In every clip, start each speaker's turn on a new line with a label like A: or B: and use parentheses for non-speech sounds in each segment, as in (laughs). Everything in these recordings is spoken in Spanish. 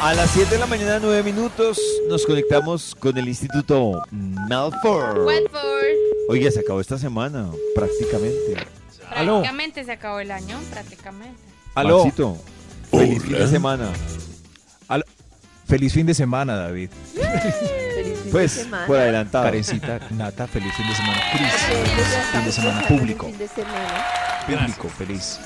A: A las 7 de la mañana, 9 minutos, nos conectamos con el Instituto Melford.
B: Watford.
A: Oiga, se acabó esta semana, prácticamente.
C: Aló.
B: Prácticamente se acabó el año,
A: (laughs)
B: prácticamente.
C: Aló.
A: Maxito, feliz fin de semana.
C: Aló. Feliz fin de semana, David.
D: Feliz fin de
A: Pues,
D: semana.
A: por adelantado.
C: Karencita, Nata, feliz fin de semana.
D: Pero
C: Cris,
D: ya
C: fin de
D: estamos
C: semana
D: dejando el
C: público.
D: fin de semana.
C: público, feliz.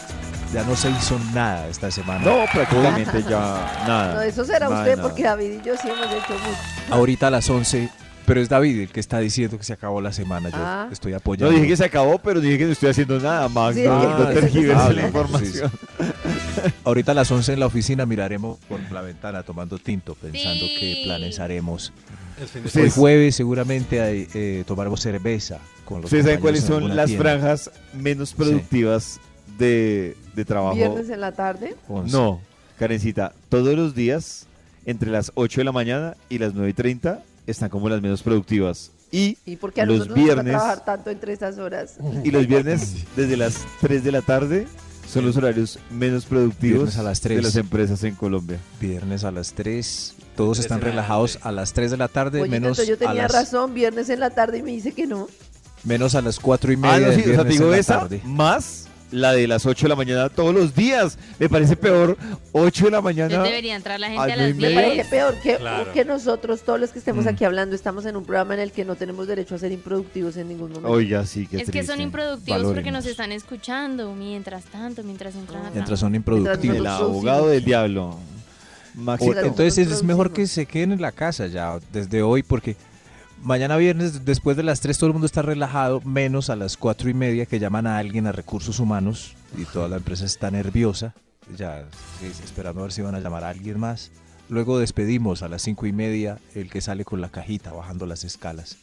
C: Ya no se hizo nada esta semana.
A: No, prácticamente ya nada.
D: No, eso será
A: Nada de
D: usted,
A: nada.
D: porque David y yo sí hemos hecho mucho.
C: Ahorita a las 11, pero es David el que está diciendo que se acabó la semana. Yo
D: Ah.
C: estoy
A: No
C: apoyando.
A: dije que se acabó, pero dije que no estoy haciendo nada, Max.
D: Sí,
A: no,
D: es que-
A: no
C: Ah,
A: tergiverse
C: sí, sí,
A: la
C: sí.
A: información.
C: Ahorita a las 11 en la oficina miraremos por la ventana tomando tinto, pensando qué planes haremos. Hoy
A: Ustedes,
C: jueves seguramente hay, eh, tomaremos cerveza con los
A: ustedes saben
C: compañeros
A: cuáles
C: en
A: son
C: alguna
A: las
C: tienda.
A: franjas menos productivas de, de trabajo.
D: Viernes en la tarde.
C: Once.
A: No, Karencita, todos los días, entre las 8 de la mañana y las 9 y 30, están como las menos productivas. Y,
D: ¿Y por qué a
A: Los
D: nosotros nos toca
A: viernes.
D: trabajar tanto entre esas horas?
A: (laughs) y los viernes, desde las 3 de la tarde, son los horarios menos productivos
C: Viernes a las
A: de las
C: 3.
A: empresas en Colombia.
C: Viernes a las 3, todos están relajados a las 3 de la tarde,
D: Oye,
C: menos,
D: tanto yo
C: a
D: tenía
C: las,
D: razón, viernes en la tarde y me dice que no.
C: menos a las 4 y media
A: Ah, no,
C: del
A: sí, o sea,
C: viernes
A: te digo
C: en la
A: esa,
C: tarde.
A: más la de las 8 de la mañana todos los días. Me parece peor 8 de la
B: Entonces
A: mañana.
B: debería entrar la gente
A: Ay,
B: a
A: no
B: las
A: inventes.
D: Me parece
B: 10.
D: peor que,
E: Claro.
D: que nosotros, todos los que estemos
A: Mm.
D: aquí hablando, estamos en un programa en el que no tenemos derecho a ser improductivos en ningún momento.
A: Oiga, sí, qué
B: Es que son
A: triste.
B: improductivos porque nos
A: Valórenos.
B: están escuchando mientras tanto, mientras entran a
C: Mientras
B: trabajar.
C: son
A: El
C: improductivos.
D: Mientras
A: abogado del diablo.
C: O-
A: Maxito.
D: Claro.
C: entonces es, es mejor que
D: Producimos.
C: se queden en la casa ya desde hoy porque mañana viernes después de las 3 todo el mundo está relajado menos a las 4 y media que llaman a alguien a recursos humanos y toda la empresa está nerviosa ya sí, sí, esperando a ver si van a llamar a alguien más. Luego despedimos a las 5 y media el que sale con la cajita bajando las escalas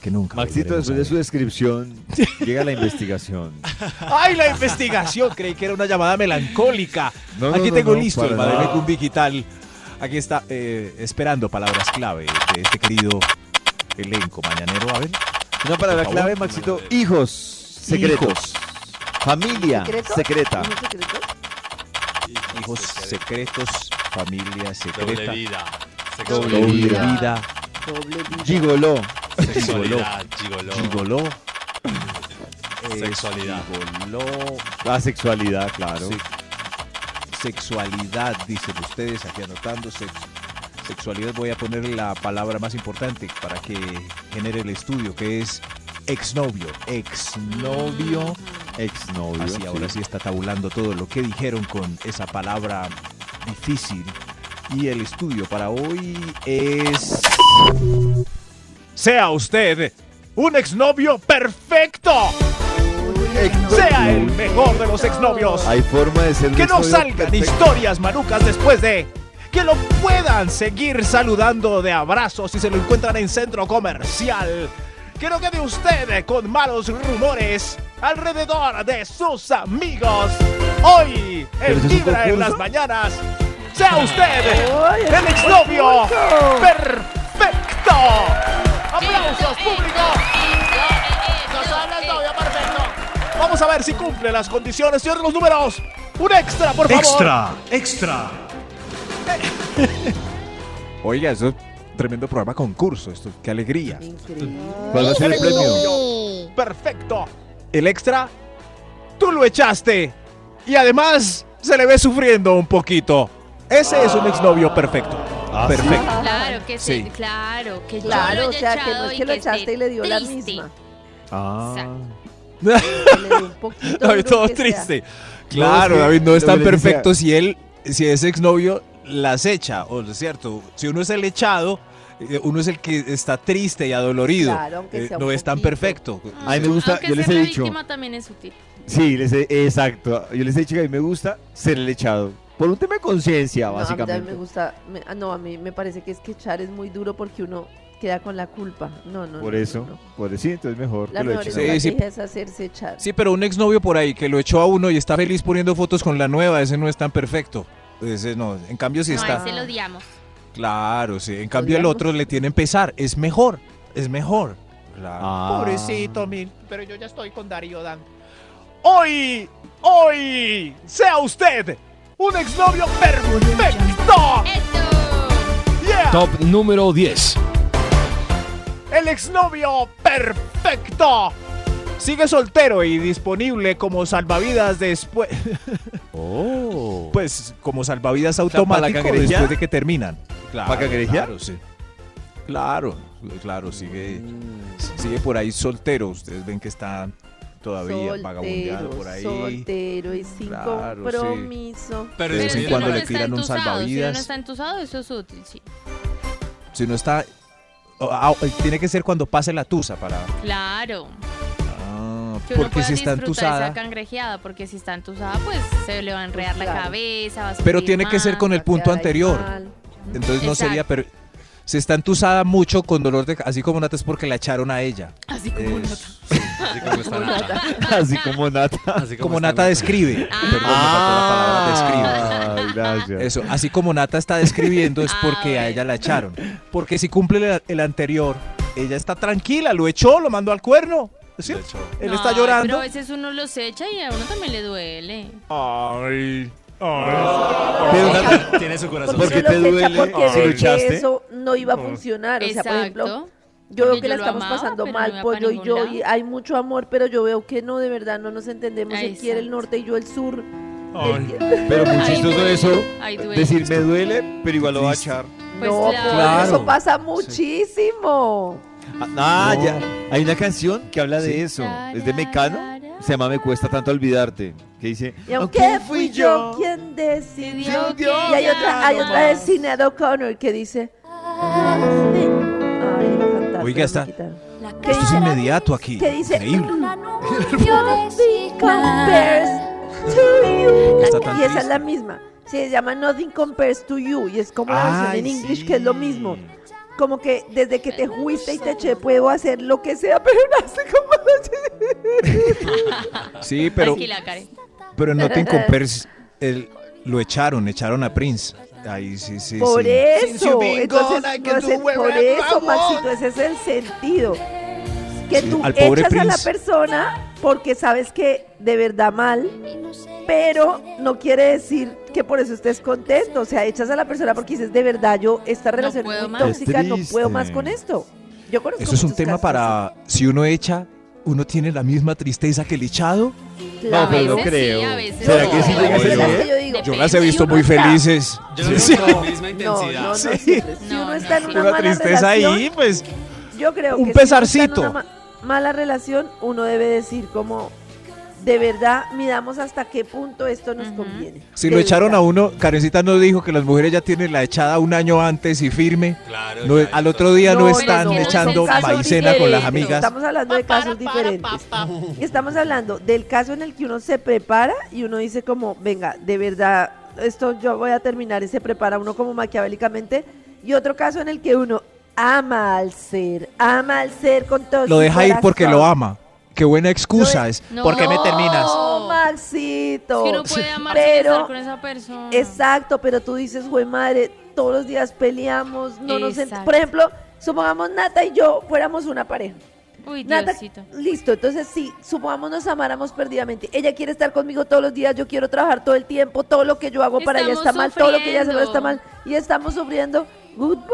C: que nunca.
A: Maxito,
C: volveremos a
A: después de
C: ver.
A: su descripción, llega la investigación.
C: ¡Ay, la investigación! Creí que era una llamada melancólica.
A: No, no,
C: Aquí
A: no,
C: tengo
A: no,
C: listo
A: para
C: el Madre
A: nada.
C: Digital. Aquí está, eh, esperando palabras clave de este querido elenco mañanero. A ver.
A: (laughs) Una palabra
C: Por favor.
A: clave, Maxito. Hijos secretos. Familia
D: ¿Secreto?
A: secreta.
D: ¿Unos secretos?
C: Hijos secretos, familia
E: Doble
C: secreta,
E: vida.
A: Doble
C: doble
A: vida.
C: vida,
D: Doble vida.
A: Gigoló.
E: Sexualidad. Gigoló.
C: gigoló. eh,
E: Sexualidad.
C: Gigoló,
A: La sexualidad, claro.
C: Se- sexualidad, dicen ustedes aquí anotando sexo. Sexualidad voy a poner la palabra más importante para que genere el estudio, que es exnovio. Exnovio.
A: Mm. Exnovio.
C: Así ahora sí está tabulando todo lo que dijeron con esa palabra difícil. Y el estudio para hoy es... Sea usted un exnovio perfecto. Sea el mejor de los exnovios.
A: Hay forma de ser un
C: Que no
A: estudio
C: salgan
A: perfecto.
C: historias malucas después de. Que lo puedan seguir saludando de abrazos si se lo encuentran en centro comercial. Que no quede usted con malos rumores alrededor de sus amigos. Hoy,
A: ¿Pero eso
C: en
A: es un
C: Vibra en las
A: concurso?
C: Mañanas, sea usted
D: ¡Ay,
C: el exnovio perfecto. ¡Aplausos, público! Nos habla el novio perfecto. Vamos a ver si cumple las condiciones. Señor de los números, un extra, por favor.
F: Extra, extra.
C: Oiga, eso es tremendo programa concurso. Esto, qué alegría.
D: Increíble.
A: ¿Cuál va a ser el premio?
C: novio perfecto. El extra, tú lo echaste. Y además, se le ve sufriendo un poquito. Ese es un exnovio perfecto.
D: Ah,
C: perfecto.
B: Claro que sí,
C: Sí.
B: claro que yo
D: Claro,
B: lo
D: o
B: haya
D: sea, que no
B: echado
D: es que lo
B: esté
D: echaste y le dio la
B: triste.
D: misma.
B: Exacto.
D: que le dio un
C: (laughs)
D: poquito
C: David
D: duro
C: Ah. todo
D: Ah. que sea.
C: triste.
A: No,
C: Claro,
A: es que
C: David no es
A: lo que
C: tan
A: les decía-
C: perfecto si él, si es exnovio, las echa, o es cierto, si uno es el echado, eh, uno es el que está triste y adolorido.
D: Claro, aunque
C: Eh,
D: sea un
C: no es tan
D: poquito.
C: perfecto.
A: A mí me gusta,
B: Aunque
A: yo les
B: ser
A: he
B: la
A: dicho.
B: víctima también es útil.
A: Sí, les he- exacto. Yo les he dicho que a mí me gusta ser el echado. Por un tema de conciencia,
D: No, a mí también me
A: básicamente.
D: gusta. me- ah, no, a mí me parece que es que echar es muy duro porque uno queda con la culpa. No, no.
A: Por
D: no,
A: eso,
D: no, no.
A: por eso, sí, entonces mejor
D: La
A: que lo
D: mejor
A: echen.
C: Sí, sí.
D: estrategia es hacerse echar.
C: Sí, pero un exnovio por ahí que lo echó a uno y está feliz poniendo fotos con la nueva, ese no es tan perfecto. Ese no, en cambio si
B: no,
C: está...
B: a ese lo odiamos.
C: Claro, sí. En cambio el
D: Podríamos-
C: otro le tienen pesar. Es mejor. Es mejor.
A: Ah.
C: Pobrecito, mil. Pero yo ya estoy con Darío Dan. Hoy, hoy, sea usted un exnovio perfecto.
B: ¡Eso!
C: Yeah.
F: Top número 10.
C: El exnovio perfecto. Sigue soltero y disponible como salvavidas después.
A: Oh.
C: Pues como salvavidas
A: sea, ¿para la
C: automático
A: cangrejear?
C: después de que terminan. Claro,
A: ¿Para cangrejear?
C: Claro, sí. Claro, claro, sigue, sigue por ahí soltero. Ustedes ven que está todavía vagabundeando por ahí.
D: soltero y sin
C: Claro, sí.
D: compromiso.
E: Pero
C: De
E: es
C: vez en
E: que-
C: cuando
B: uno
C: le
B: está
C: tiran un
B: entusado, Si uno
C: salvavidas.
B: no está entusado, eso es útil, sí.
C: Si no está... ah, ah, tiene que ser cuando pase la tusa para...
B: Claro.
C: Ah,
B: Que uno
C: porque
B: pueda
C: si está
B: disfrutar
C: entusada...
B: esa cangrejeada, porque si está entusada, pues se le va a enredar
D: Pues
B: la
D: claro.
B: cabeza, va a
C: Pero
B: sufrir
C: tiene que ser
B: más.
C: con el
D: va a
C: punto
D: quedar ahí
C: anterior.
D: mal.
C: Entonces no sería...
B: Exacto.
C: Pero, si está entusada mucho con dolor de... ca- Así como Nata es porque la echaron a ella.
B: Así como
F: Eh,
C: Es-
B: nota.
E: Así como está Nata.
A: (laughs) Así como Nata.
E: Así
C: como
E: está
C: Nata describe.
B: Ah.
C: Perdón, me faltó la palabra describe.
A: Ah, gracias.
C: Eso, así como Nata está describiendo es
B: Ah,
C: porque a
B: bueno.
C: ella la echaron. Porque si cumple el, el anterior, ella está tranquila, lo echó, lo mandó al cuerno. ¿sí?
E: De hecho,
C: Él
B: No,
C: está
B: Pero
C: llorando.
B: a veces uno los echa y a uno también le duele.
C: Ay,
A: Pero Nata,
E: tiene su corazón.
D: Porque
A: ¿Por qué
D: los
A: te
D: echa
A: duele
D: porque
A: si
D: ve que
A: luchaste?
D: eso no iba a funcionar. O sea, por ejemplo,
B: Exacto.
D: Yo
B: Porque
D: veo que la
B: yo lo
D: estamos
B: amaba,
D: pasando
B: pero no
D: mal,
B: iba pa'
D: Pollo y
B: ningún
D: yo,
B: lado.
D: y hay mucho amor, pero yo veo que no, de verdad, no nos entendemos. Él quiere el
B: Exacto.
D: norte y yo el sur.
A: Pero muy
B: Ay,
A: chistoso
B: duele.
A: eso.
B: Ay, duele.
A: Decir, me duele, pero igual lo va a echar.
B: Pues
D: no,
B: claro.
D: Pollo,
C: Claro.
D: eso pasa muchísimo.
A: Ah,
C: No.
A: ya. Hay una canción que habla
C: Sí.
A: de eso. Es de Mecano. Se llama Me cuesta tanto olvidarte. Que dice,
D: Y aunque fui yo quien decidió.
B: Decidió
D: Y
B: que
D: hay
B: ya
D: otra, hay
B: no
D: otra de
B: más.
D: Sinead O'Connor que dice. "Hazme-". Ay, iba a
C: Oiga,
D: cantar, pero me
C: está-
D: quitaron.
C: Esto es inmediato aquí.
D: ¿Qué dice?
C: Increíble. (laughs)
D: compares to you.
C: Está tan
D: y esa es la
C: triste.
D: misma. Se llama Nothing compares to you y es como la versión en inglés que es lo mismo. Como que desde que te fuiste y te eché puedo hacer lo que sea, (laughs) pero no sé cómo
C: Sí, pero,
B: Tranquila, Karen.
C: pero no
D: (laughs)
C: te compares. el- lo echaron, echaron a Prince. Ahí sí, sí.
D: Por
C: sí.
D: eso, entonces no es el- por eso, Maxito, ese es el sentido. Que tú
C: Al pobre
D: echas a la
C: Prince.
D: persona porque sabes que de verdad mal, pero no quiere decir que por eso estés contento. O sea, echas a la persona porque dices, de verdad, yo esta relación
B: puedo
D: es muy
B: más.
D: tóxica,
A: Es
D: no puedo más
A: triste.
D: con esto. Yo conozco
C: Eso es un
D: muchos
C: tema
D: casos
C: para. Si uno echa, uno tiene la misma tristeza que el echado.
D: así.
A: No, pero no
B: veces
A: creo.
B: sí, a veces
A: ¿Será
B: no.
A: que sí llega a
D: Bueno, esas
A: ser
D: son las
A: yo?
D: que yo digo.
C: Yo las he
B: Depende,
C: visto
D: uno
C: muy
D: está-
C: felices.
E: Yo no
C: Sí.
E: tengo la misma
D: No, no, no.
E: intensidad.
D: siempre. Si
B: No,
D: uno
B: no,
D: está en
B: sí.
D: una,
C: Una
D: mala
C: tristeza
D: relación,
C: ahí, pues.
D: Yo creo
C: Un
D: que si uno está en
C: pesarcito.
D: una ma- mala relación, uno debe decir como, de verdad, midamos hasta qué punto esto nos
B: Ujú.
D: conviene.
C: Si
D: De
C: lo echaron
D: verdad.
C: a uno, Karencita nos dijo que las mujeres ya tienen la echada un año antes y firme.
E: Claro.
C: No,
E: ya,
C: al
E: ya.
C: otro día no,
D: No, pero
C: están
B: es que no es
C: echando
B: el caso
C: maicena con las
B: directo.
C: amigas.
D: Estamos hablando de casos diferentes. Y estamos hablando del caso en el que uno se prepara y uno dice como, venga, de verdad, esto yo voy a terminar y se prepara uno como maquiavélicamente. Y otro caso en el que uno ama al ser, ama al ser con todo
C: Lo
D: su
C: deja ir porque
D: corazón.
C: lo ama. Qué buena excusa
D: No,
C: es.
B: no.
C: ¿Por qué me
B: No.
C: terminas?
D: No, Maxito.
B: Oh. Es que uno puede amar
D: Oh, Pero-
B: sin estar con esa persona.
D: Exacto, pero tú dices, güey, madre, todos los días peleamos, no nos ent-
B: Exacto.
D: Por ejemplo, supongamos Nata y yo fuéramos una pareja.
B: Uy,
D: Nata,
B: Diosito.
D: listo, entonces sí, supongamos nos amáramos perdidamente. Ella quiere estar conmigo todos los días, yo quiero trabajar todo el tiempo, todo lo que yo hago para ella está
B: Estamos
D: mal, todo lo que ella hace para está mal
B: sufriendo.
D: y estamos sufriendo. Goodbye.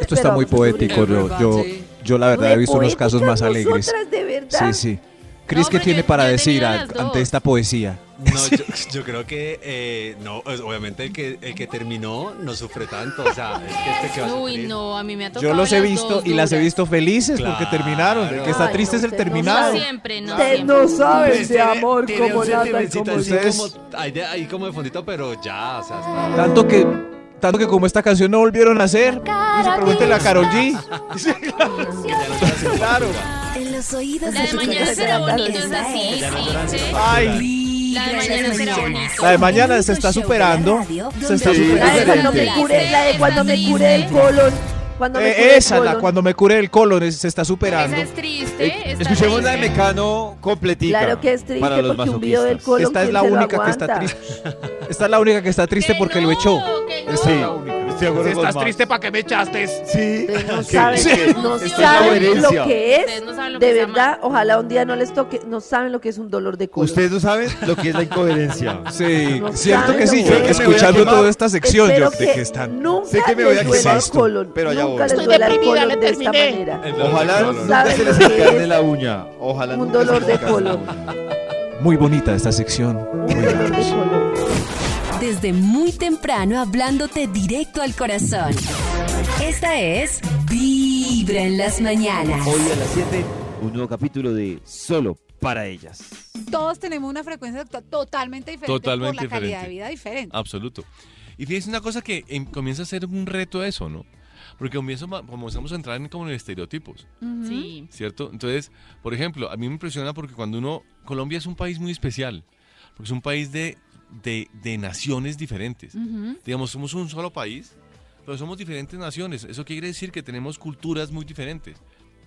C: Esto está
D: Pero
C: muy
D: vamos a sufrir.
C: poético. Yo, yo, yo la verdad he
D: Re
C: visto unos casos
D: poéticas
C: más alegres.
D: nosotras, de
C: Sí,
D: verdad.
C: sí. Cris, ¿qué
B: pero yo-
C: tiene para
B: yo he
C: decir
B: tenido
C: a-
B: las dos.
C: ante esta poesía?
E: No, yo, yo creo que eh, no, pues, obviamente el que, el que terminó no sufre tanto. O sea, es que este que va a
B: Uy,
E: sufrir.
B: no, a mí me ha tocado.
C: Yo los he
B: las
C: visto
B: dos
C: y las he
B: duras.
C: visto felices porque
E: Claro.
C: terminaron. El que está
D: Ay,
C: triste
D: no,
C: es el
D: usted no
C: terminado.
B: No
D: Claro.
B: siempre, no
D: Ustedes
B: siempre.
D: no saben
E: Pues
D: de
E: tiene-
D: amor
E: tiene
D: como
E: un
D: Nata y
E: sentimentito
D: como
E: así
D: yo.
C: ustedes.
E: como- ahí, de- ahí como de fondito, pero ya, o sea, está-
C: Tanto que, tanto que como esta canción no volvieron a hacer. Y se pregúntele a Carol G. Sí, claro. Claro.
G: En los oídos
B: La
G: de
B: de
G: tu
B: mañana será
G: corazón.
B: bonito, es
G: esta
B: así.
G: es
B: sí, sí.
C: Ay.
G: Vibra
B: La de
G: en las
B: mañana será
G: mañanas.
C: La de mañana
G: El
C: se
G: único
C: está
G: show de
C: superando.
G: la radio
C: Se está
G: donde
D: La de cuando me
C: superando. Eh,
G: Triste.
D: cure, la de cuando me
B: Está
D: cure el
B: triste.
D: colon. Cuando me cure
C: Eh,
D: el
C: esa, la Eh,
D: colon.
C: cuando me cure el colon, es- se está superando.
B: Esa es triste. está
A: Escuchemos la de
B: triste.
A: Mecano completita.
D: Claro que es triste
A: para los
D: porque un video del
A: masoquistas.
D: colon,
C: Esta es
D: ¿quién
C: la
D: se lo
C: única que está
D: aguanta?
C: triste. Esta es la única que está triste
B: Que
C: porque lo
B: no,
C: echó.
B: que no.
C: Esta es la única.
A: Estoy de acuerdo con Max.
F: para que me echaste.
A: Sí.
F: (laughs)
D: Ustedes no
A: Sí.
D: saben,
A: Sí.
D: no
A: Esto es
B: la
D: saben lo
A: herencia.
D: que es.
B: Ustedes no saben lo
D: De
B: que es
D: verdad,
B: amar.
D: ojalá un día no les toque. No saben lo que es un dolor de colon.
A: Ustedes no saben lo que es la incoherencia.
C: (laughs) Sí,
D: No
C: cierto que
D: saben
C: sí.
D: lo
C: Yo
D: que es.
C: escuchando
A: Me voy a
C: toda esta sección,
D: Espero
C: yo de que están.
D: Nunca
A: Sé que me voy a
D: les duela
C: quemar
D: el
C: esto,
D: colon.
A: pero allá voy.
D: nunca les
A: Estoy
D: duela el colon de esta manera.
E: El dolor
A: Ojalá
E: del colon.
A: nunca se les
D: ¿Saben lo que
A: encarne
D: es?
A: la uña. Ojalá
D: Un
A: nunca se
D: dolor
A: les
D: de
A: encarne la
D: colon.
A: uña.
C: Muy bonita esta sección.
D: Un dolor de colon.
G: Desde muy temprano hablándote directo al corazón. Esta es Vibra en las mañanas.
A: Hoy a las 7, un nuevo capítulo de Solo para ellas.
H: Todos tenemos una frecuencia to- totalmente diferente
E: Totalmente
H: por la calidad de
E: diferente.
H: vida diferente.
F: Absoluto. Y tienes una cosa que em, comienza a ser un reto eso, ¿no? Porque comienzo ma- comenzamos a entrar en como en estereotipos,
H: Ujú.
B: Sí.
F: ¿cierto? Entonces, por ejemplo, a mí me impresiona porque cuando uno... Colombia es un país muy especial, porque es un país de, de, de naciones diferentes.
H: Ujú.
F: Digamos, somos un solo país, pero somos diferentes naciones. Eso quiere decir que tenemos culturas muy diferentes,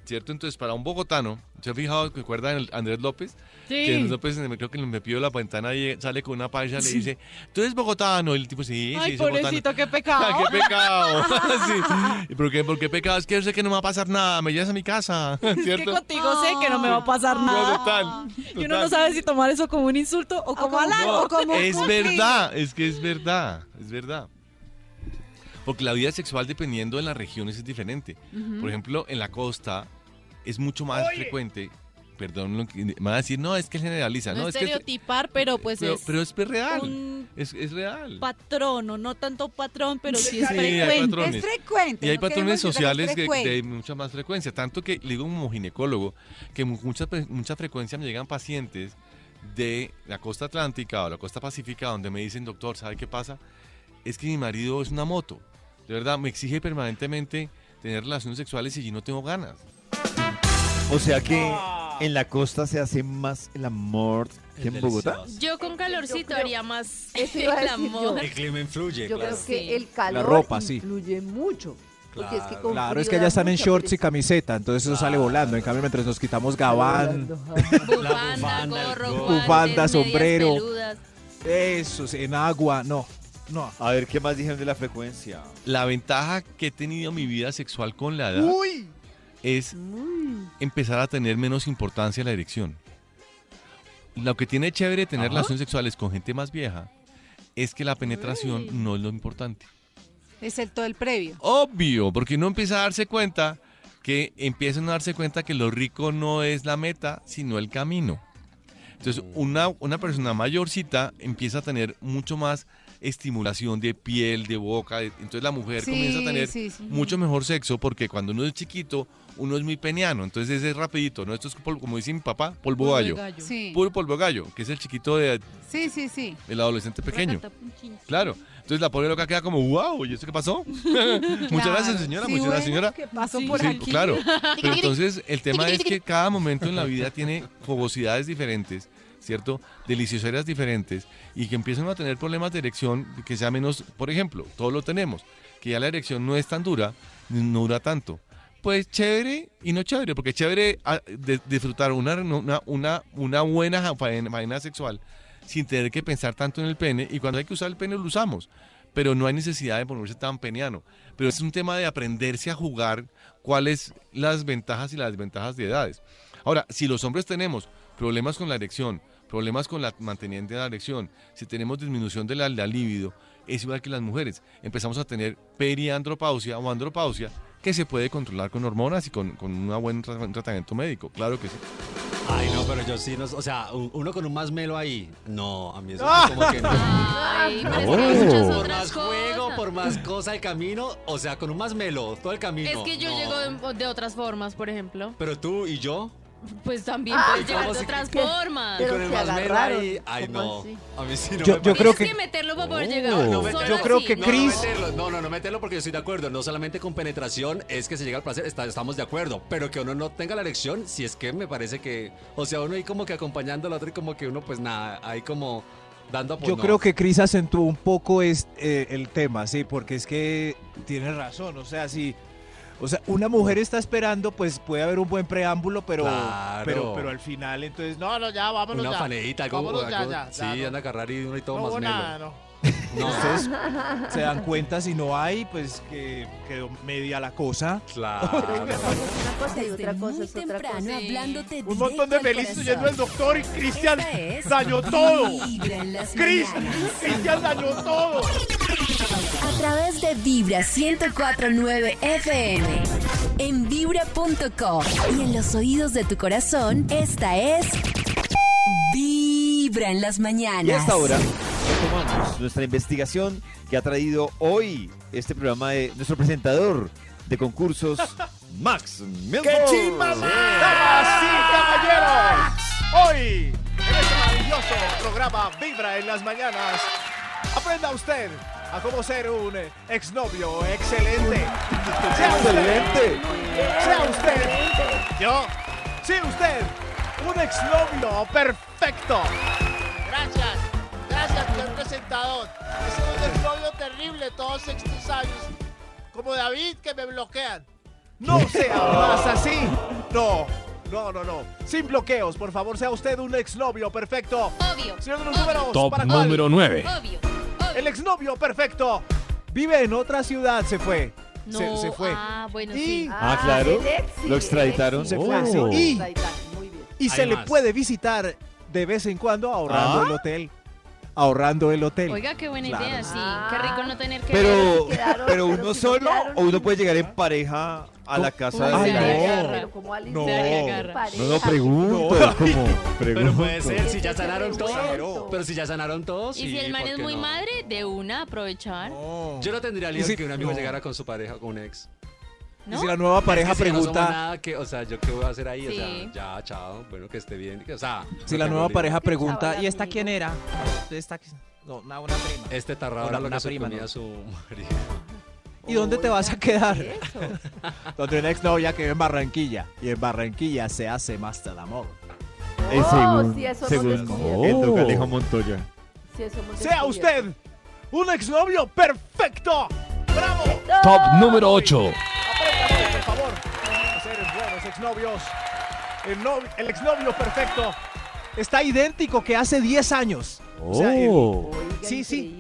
F: ¿cierto? Entonces, para un bogotano, ¿se ha fijado, recuerdan el Andrés López? Que Andrés López, me- creo que me pidió la ventana y sale con una paisa, le dice, ¿tú eres bogotano? Y el tipo, sí, sí, soy bogotano. (laughs)
B: qué
F: Ah,
I: (laughs)
F: ¡Qué (laughs) pecado! sí. ¿Y por qué, por qué pecado? Es que yo sé que no me va a pasar nada, me llevas a mi casa, (laughs) ¿cierto?
I: contigo sé que no me va a pasar
F: No,
I: nada.
F: total,
I: Y uno
F: total.
I: no sabe si tomar eso como un insulto
D: Ah,
I: o como
H: como-
I: halago.
F: No,
H: como
F: es
H: cookie.
F: verdad, es que es verdad, es verdad. Porque la vida sexual dependiendo de las regiones es diferente.
J: Ujú.
F: Por ejemplo, en la costa es mucho más frecuente. Perdón, lo que- me van a decir, no, es que generaliza. No,
I: No
F: es que es-
I: estereotipar, pero pues
F: pero,
I: es
F: pero es real.
I: un
F: Es, es real.
I: patrón, o no tanto patrón, pero sí es
F: Sí, hay
I: frecuente.
F: patrones. Y hay patrones sociales que- de mucha más frecuencia. Tanto que, le digo como ginecólogo, que mu- mucha, pre- mucha frecuencia me llegan pacientes de la costa atlántica o la costa pacífica donde me dicen, doctor, ¿sabe qué pasa? Es que mi marido es una moto. De verdad, me exige permanentemente tener relaciones sexuales y yo no tengo ganas.
A: O sea que
C: Ah.
A: en la costa se hace más el amor que en Bogotá.
B: Yo con calorcito haría más
D: (laughs) eso iba a
B: el
D: decir yo.
B: amor.
E: El clima influye,
D: Yo
E: claro.
D: creo que el calor
C: ropa, sí.
D: influye mucho. Porque es que con
C: Claro,
D: frío
C: es que allá
D: da
C: están en
D: mucha
C: shorts y
D: pereza.
C: camiseta, entonces eso sale volando. En cambio, mientras nos quitamos gabán, bufanda, sombrero, eso, sí, en agua, no. No.
A: A ver, ¿qué más dijeron de la frecuencia?
F: La ventaja que he tenido en mi vida sexual con la edad es empezar a tener menos importancia la erección. Lo que tiene chévere tener
J: Ajá.
F: relaciones sexuales con gente más vieja es que la penetración
H: Uy.
F: no es lo importante.
H: Es el todo el previo.
F: Obvio, porque uno empieza a darse cuenta que empiezan a darse cuenta que lo rico no es la meta, sino el camino. Entonces, una, una persona mayorcita empieza a tener mucho más estimulación de piel, de boca. de- Entonces, la mujer
J: Sí,
F: comienza a tener
J: sí, sí.
F: mucho mejor sexo porque cuando uno es chiquito, uno es muy peniano. Entonces, ese es rapidito, ¿no? Esto es, pol- como dice mi papá, polvo
H: Polvo de
F: gallo.
H: gallo. Sí.
F: Puro polvo gallo, que es el chiquito de,
H: Sí, sí, sí.
F: el adolescente pequeño.
H: Racatapunchinchi.
F: Claro. Entonces la pobre loca queda como, wow, ¿y eso qué pasó? (laughs) (laughs) muchas gracias, señora,
H: Sí,
F: muchas gracias,
H: bueno,
F: señora.
H: ¿qué pasó
F: Sí,
H: por
F: sí,
H: aquí? (laughs)
F: (laughs) Claro. Pero entonces el tema es
H: Tiquitiquitiqui.
F: que cada momento en la vida tiene jugosidades diferentes, ¿cierto? Delicioseras diferentes y que empiezan a tener problemas de erección que sea menos, por ejemplo, todos lo tenemos, que ya la erección no es tan dura, no dura tanto. Pues chévere y no chévere, porque chévere ah, de- disfrutar una, una, una, una buena ja- faena, faena sexual sin tener que pensar tanto en el pene y cuando hay que usar el pene lo usamos, pero no hay necesidad de ponerse tan peniano. Pero es un tema de aprenderse a jugar cuáles las ventajas y las desventajas de edades. Ahora, si los hombres tenemos problemas con la erección, problemas con la mantenimiento de la erección, si tenemos disminución de la, la libido, es igual que las mujeres. Empezamos a tener periandropausia o andropausia que se puede controlar con hormonas y con, con un buen tra- tratamiento médico. Claro que sí.
E: Ay, no, pero yo sí, no, o sea, un- uno con un más melo ahí. No, a mí eso
J: Ah.
E: como que no.
J: Ay, pero es que
E: No.
J: hay muchas
E: Por
J: otras
E: más juego,
B: cosas.
E: por más cosa el camino, o sea, con un más melo, todo el camino.
B: Es que yo
E: no.
B: llego de, de otras formas, por ejemplo.
E: Pero tú y yo,
B: Pues también
E: Ah,
B: puedes
E: ¿y
B: llegar
E: cómo
B: de
E: se-
B: otras
E: qué?
B: formas.
E: y con el más melo ahí. Ay, no. A mí sí no
C: Yo-
E: me
C: yo
E: parece.
C: creo
B: Tienes que meterlo para poder llegar.
E: No, no
B: Solo
E: meterlo.
B: así.
E: No, No, meterlo, no, no, no meterlo porque yo estoy de acuerdo. No solamente con penetración es que se llega al placer, está- estamos de acuerdo. Pero que uno no tenga la erección, si es que me parece que. O sea, uno ahí como que acompañando al otro y como que uno, pues nada, ahí como dando apoyo.
C: Yo creo que Cris acentuó un poco es, eh, el tema, sí, porque es que tiene razón, o sea, si o sea, una mujer está esperando, pues puede haber un buen preámbulo, pero
E: Claro.
C: pero, pero al final entonces no, no, ya vámonos
E: Una
C: ya.
E: faneíta, algo.
C: Vámonos ya,
E: algo-
C: ya,
E: sí,
C: ya, no.
E: anda a agarrar y uno y todo
C: No
E: más
C: hubo
E: melo.
C: nada, no.
E: No.
C: Ustedes se dan cuenta si no hay, pues que quedó media la cosa.
E: Claro.
D: y
G: Desde
D: otra cosa
G: muy
D: es otra
G: temprano
D: cosa.
G: hablándote
D: Un
G: directo
D: montón de
G: al
D: felices
G: corazón.
D: yendo
C: (laughs)
D: al
C: doctor y Cristian
G: Esta es
C: dañó todo.
G: Vibra en las
C: Cris,
G: mañanas.
C: Cristian dañó todo.
G: A través de Vibra 1049 FM. En vibra.com. Y en los oídos de tu corazón, esta es. Vibra en las mañanas.
A: Y a esta hora retomamos Pues, nuestra investigación que ha traído hoy este programa de nuestro presentador de
C: (laughs)
A: concursos, Max Milford.
J: ¡Qué chimba, Max!
C: Damas y caballeros, hoy en este maravilloso programa Vibra en las mañanas, aprenda usted a cómo ser un eh, exnovio excelente. Sea usted-
A: ¡Excelente!
C: Sea usted. Yo. Sí, usted. Un exnovio perfecto.
K: Gracias, gracias, señor presentador. Es un exnovio terrible todos estos años. Como David, que me bloquean.
C: No sea más así. Ah. No. No, no, no. Sin bloqueos, por favor, sea usted un exnovio perfecto.
B: Obvio.
C: Señor de los números,
J: Top
C: ¿para cuál?
J: número nueve.
B: Obvio.
C: El exnovio perfecto. Vive en otra ciudad, se fue.
B: No,
C: se, se fue.
B: Ah, bueno,
C: Y-
B: sí.
A: Ah, claro. Lo extraditaron. Oh.
C: Se fue así. Y- Y se
A: Hay
C: le
A: más.
C: puede visitar de vez en cuando ahorrando
A: Ah.
C: el hotel. ahorrando el hotel.
B: Oiga, qué buena
C: Claro.
B: idea, sí. Qué
E: Ah.
B: rico no tener que
A: Pero,
B: ver.
A: pero uno solo o uno puede llegar en pareja a la casa
B: Uy,
A: de
B: se agarra.
A: No.
B: Pero como Alice
A: No,
B: se agarra.
A: no, no, pregunto, como,
E: Pero
A: pregunto.
E: puede ser, si ya sanaron todos. Pero si ya sanaron todos.
B: Y si el man es muy madre, de una aprovechar.
E: Yo no tendría lío
C: Y si-
E: que un amigo
C: no.
E: llegara con su pareja, con un ex.
C: Y si la nueva pareja
E: Es que si ya no somos
C: pregunta,
E: nada, que, o sea, ¿yo qué voy a hacer ahí? O
B: Sí.
E: sea, ya, chao, bueno, que esté bien. que- O sea,
C: si
E: no
C: la
E: tengo
C: nueva
E: lío.
C: pareja pregunta, ¿y esta quién era?
L: Esta, no, una, una prima.
E: Este tarrado
C: Una-
E: era lo
C: una
E: que se
C: prima,
E: comía
C: ¿no?
E: su marido.
C: ¿Y dónde te vas a quedar? Donde una exnovia que vive en Barranquilla. Y en Barranquilla se hace más el amor.
A: Eh, según
D: Oh, sí, eso no
A: según
D: lo
A: el
C: Oh.
A: doctor Alejo Montoya.
C: ¡Sea usted un exnovio perfecto! ¡Bravo!
M: Top número 8.
C: Apréndase, por favor, a ser buenos exnovios. El, no- el exnovio perfecto está idéntico que hace 10 años. O sea, el-
A: Oh.
C: sí, sí.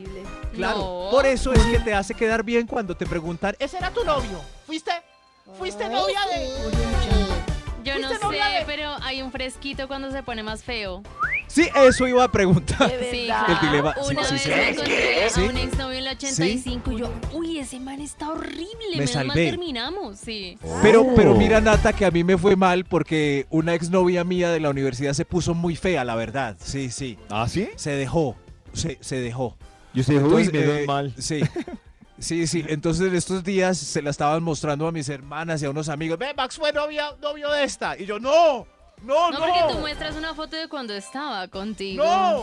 C: Claro.
K: No.
C: Por eso es que te hace quedar bien cuando te preguntan,
K: ¿Ese era tu novio? ¿Fuiste? ¿Fuiste novia de...?
B: Yo no
K: ¿Fuiste novia
B: sé,
K: de-
B: pero hay un fresquito cuando se pone más feo.
C: Sí, eso iba a preguntar.
B: Sí,
C: El dilema. Sí,
B: Una
C: sí,
B: vez
C: sí.
B: me encontré
C: ¿Sí?
B: a un exnovio en el 85 y yo, uy, ese man está horrible,
C: Me
B: menos mal
C: salvé. Oh.
B: terminamos, sí.
C: Pero,
A: Oh.
C: pero mira, Nata, que a mí me fue mal porque una exnovia mía de la universidad se puso muy fea, la verdad. Sí, sí.
A: ¿Ah, sí?
C: Se dejó. Se, se dejó.
A: Yo se dejó, uy, menos
C: mal. Sí. Sí, sí. Entonces en estos días se la estaban mostrando a mis hermanas y a unos amigos. Ve, Max fue novia, novio de esta. Y yo, no, no,
B: No,
C: no.
B: porque tú muestras una foto de cuando estaba contigo.
C: ¡No!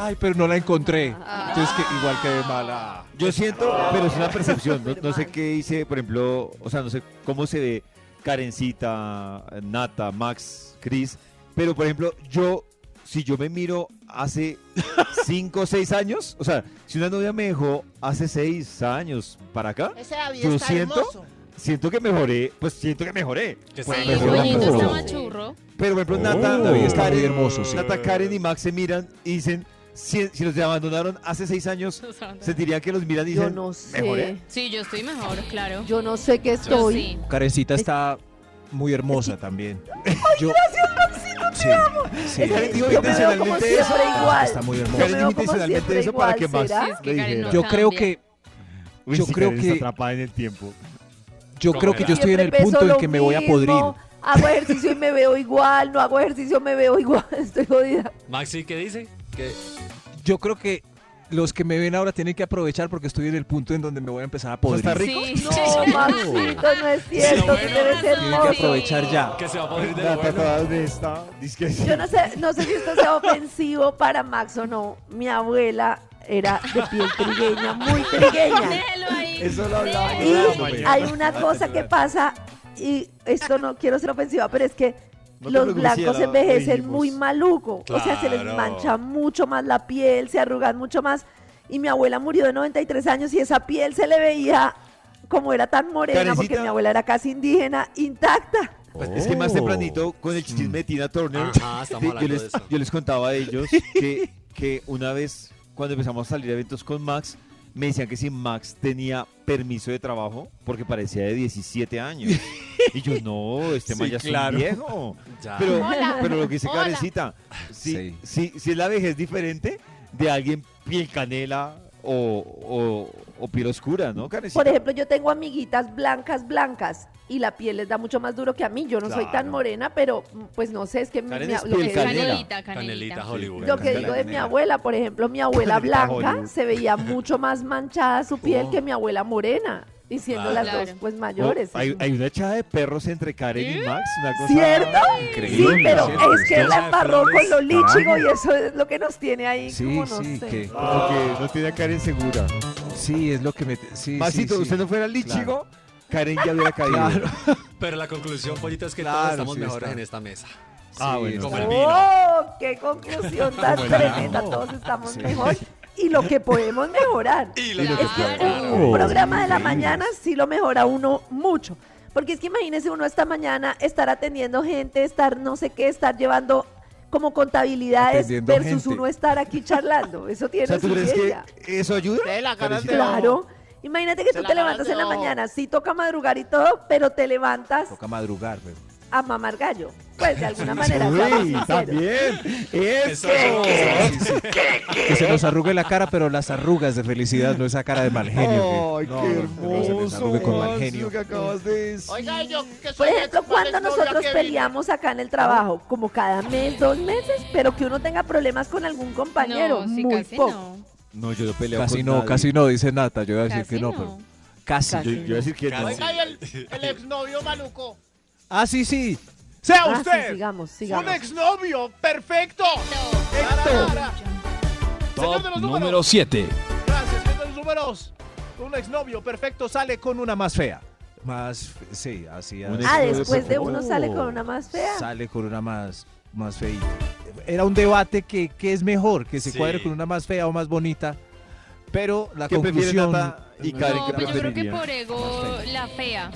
C: Ay, pero no la encontré. Entonces que igual quedé mala.
A: Yo siento, pero es una percepción. No, no sé qué dice, por ejemplo, o sea, no sé cómo se ve Karencita, Nata, Max, Chris. Pero, por ejemplo, yo, si yo me miro hace 5 o 6 años, o sea, si una novia me dejó hace 6 años para acá,
K: Ese David
A: yo
K: está
A: siento,
K: hermoso.
A: siento que mejoré, pues siento que mejoré. Pues,
B: Sí,
A: mejoré
B: su
A: un
B: ojito
A: poco.
B: está machurro.
A: Pero por ejemplo,
C: Oh.
A: Nata,
C: David está
A: Karen,
C: muy hermoso, sí.
A: Nata, Karen y Max se miran y dicen, si, si los abandonaron hace seis años, se diría que los miran y
D: Yo
A: dicen, ¿eh?
D: no sé.
A: mejoré.
B: Sí, yo estoy mejor, claro.
D: Yo no sé qué
B: estoy.
C: Karencita está muy hermosa también. Yo- Sí, sí.
A: Karen dijo
C: Yo me veo como
A: intencionalmente eso.
C: siempre igual. Ah, Está muy hermosa.
A: Karen dijo
C: Yo me veo como
A: intencionalmente
C: siempre
A: eso para que
C: igual,
A: Max
C: ¿será? Sí, es que
A: le
C: Karen no
A: dijera.
C: Yo creo cambia. que-
A: Uy,
C: yo
A: si
C: creo
A: Karen
C: que-
A: está atrapada en el tiempo.
C: Yo creo que yo estoy en el punto en que me voy a podrir.
D: Hago ejercicio y me veo igual, no hago ejercicio y me veo igual, (laughs) estoy jodida.
E: Maxi, ¿qué dice? Que
C: eh, Yo creo que los que me ven ahora tienen que apechar porque estoy en el punto en donde me voy a empezar a podrir.
A: ¿Está rico? Sí.
D: No, Maxito, no es cierto, tú
C: Tienen
D: eres
C: que
D: hermoso.
C: aprovechar ya.
E: Que se va a poder de
A: La
E: bueno.
A: tapada de esta. dice que sí.
D: Yo no sé, no sé si esto sea ofensivo para Max o no. Mi abuela era de piel
K: (laughs)
D: trigueña, muy trigueña.
A: Eso lo hablaba yo de la
D: Y
A: mañana.
D: hay
A: (laughs)
D: una cosa que pasa, y esto no quiero ser ofensiva, pero es que
A: No te
D: los
A: preocupes, ya
D: blancos
A: lo
D: envejecen
A: dijimos.
D: muy maluco. O sea, se les
A: Claro.
D: mancha mucho más la piel, se arrugan mucho más. Y mi abuela murió de 93 años y esa piel se le veía como era tan morena, porque
A: Karencita.
D: mi abuela era casi indígena, intacta.
A: Pues Es que más
C: Oh. Mm.
A: tempranito, con el chisme de Tina Turner,
E: Ajá, estamos
A: de- (laughs) yo,
E: hablando de
A: les,
E: eso.
A: yo les contaba a ellos que, que una vez, cuando empezamos a salir a eventos con Max, me decían que si Max tenía permiso de trabajo, porque parecía de 17 años. Y yo, no, este man
C: Sí,
A: ya es un
C: claro.
A: viejo.
C: Ya.
A: Pero,
C: Hola.
A: pero lo que dice
C: Hola.
A: Karencita, si,
C: Sí.
A: si, si es la vejez diferente de alguien piel canela o, o, o piel oscura, ¿no, Karencita?
D: Por ejemplo, yo tengo amiguitas blancas, blancas, y la piel les da mucho más duro que a mí. Yo no soy tan
A: Claro.
D: morena, pero mm, pues no sé, es que mi-
A: Karen
D: mi-
A: es
D: lo que
A: piel
D: digo-
A: canela.
E: Canelita Hollywood.
D: Lo que digo de mi abuela, por ejemplo, mi abuela
E: Canelita
D: blanca
E: Hollywood.
D: se veía mucho más manchada su piel que mi abuela morena, y siendo
A: Claro.
D: las dos pues
A: Oh,
D: mayores.
A: hay, hay una echada de perros entre Karen y Max. Una cosa
D: ¿Cierto?
A: Increíble.
D: Sí, pero
A: ¿cierto?
D: es que él la embarró con lo lichigo y eso es lo que nos tiene ahí,
C: Sí,
D: como no
C: sí,
D: sé. Ah.
C: que,
A: Porque no tiene a Karen segura.
C: Sí, es lo que me. Sí,
A: Maxito,
C: sí, sí.
A: usted no fuera lichigo, Karen ya hubiera caído.
C: Claro.
E: Pero la conclusión, Pollito, es que
C: Claro,
E: todos estamos
C: sí,
E: mejores
C: está.
E: en esta mesa.
A: Ah, bueno.
E: Como el vino.
D: ¡Oh! ¡Qué conclusión tan
E: Como el vino.
D: tremenda! Todos estamos mejor y lo que podemos mejorar.
E: lo que
D: es que
E: podemos
D: un
E: mejorar.
D: programa de la
E: Sí.
D: mañana sí lo mejora uno mucho. Porque es que imagínese uno esta mañana estar atendiendo gente, estar no sé qué, estar llevando como contabilidades
A: Atendiendo
D: versus
A: gente.
D: uno estar aquí charlando. Eso
A: O
D: tiene
A: sea, ¿tú
D: su
A: crees
D: ciencia.
A: que eso ayuda? Karencita?
D: Claro. Imagínate que
K: Se
D: tú
K: la
D: te levantas en la
K: ganó.
D: mañana, sí toca madrugar y todo, pero te levantas
C: Toca madrugar, pero.
D: a mamar gallo. Pues de alguna manera. seamos
C: Uy,
D: sinceros.
C: también.
D: Eso,
C: Eso.
D: ¿qué?
C: Sí, sí. Que se nos arrugue la cara, pero las arrugas de felicidad, no esa cara de mal genio. que-
A: Ay,
C: no,
A: qué
C: no, no, se les arrugue con mal genio.
A: que acabas de decir.
K: Oiga, yo que soy
B: Pues,
D: Por ejemplo,
K: ex-
D: cuando
K: exnovia
D: nosotros
K: que vine.
D: peleamos acá en el
B: Ah.
D: trabajo, como cada mes, dos meses, pero que uno tenga problemas con algún compañero,
B: No, sí,
D: muy
B: casi
D: poco.
B: no.
A: No, yo no peleo
C: Casi
A: con
C: no,
A: nadie.
C: casi no, dice Nata. Yo iba a decir
B: Casi
C: que no,
B: no.
C: pero. Casi.
D: Casi
A: Yo- yo iba a decir que no.
K: Oiga, y el, el exnovio maluco.
C: Ah, sí, sí. ¡Sea
D: Ah, sí,
C: usted!
D: sigamos,
K: Un
D: sigamos.
K: exnovio, perfecto. Para, para. Señor de los números.
C: 7.
K: Gracias, señor de los números.
C: Un exnovio perfecto sale con una más fea. Más, fe- sí, así.
A: Un Uh.
C: así.
D: Ah, después de uno sale con una más fea.
C: Sale con una más, más feita. Era un debate que, que es mejor, que se
A: Sí.
C: cuadre con una más fea o más bonita. Pero la
A: ¿Qué prefieren,
C: conclusión...
A: Nata y Karen?
C: No,
A: ¿Qué
C: pero
B: pues Yo creo que
A: preferirían?
B: por ego la fea.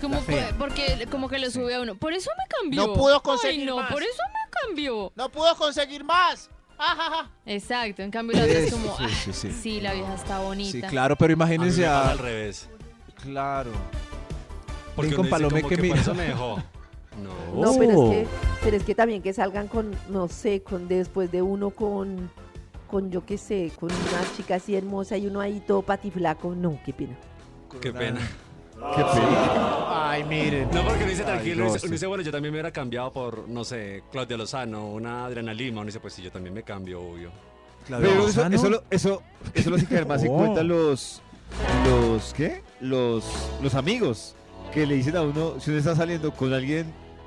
B: Como
C: La fea.
B: por- porque como que lo sube a uno. Por eso me cambió.
K: No pudo conseguir
B: Ay, no,
K: más.
B: por eso me cambió.
K: No pudo conseguir más. Ajaja.
B: Exacto, en cambio la otra es
C: Sí,
B: como,
C: sí,
B: ah,
C: sí,
B: sí,
C: sí.
B: la vieja está bonita.
C: Sí, claro, pero imagínense
E: A mí me pasa
C: a...
E: al revés.
C: Claro.
E: Porque
C: Ven
E: con
C: con
E: palomé
C: Palomé
E: que,
C: que
E: por
C: mira.
E: eso me
D: (laughs)
E: dejó. No.
N: Oh.
D: No, pero es que, pero es que también que salgan con, no sé, con después de uno con, con yo qué sé, con una chica así hermosa y uno ahí todo patiflaco. No, qué pena.
E: Qué pena.
A: Qué pena.
K: Ay, miren.
E: No, porque uno dice tranquilo,
C: no,
E: uno dice-
C: sí.
E: uno dice, bueno, yo también me hubiera cambiado por, no sé, Claudia Lozano, una Adriana Lima. Uno dice, pues sí, yo también me cambio, obvio.
A: Pero eso,
C: Lozano.
A: eso, lo- eso, eso lo hacen caer más en
C: (laughs) Oh.
A: cuenta los, los, ¿qué? Los, los amigos que le dicen a uno si uno está saliendo con alguien,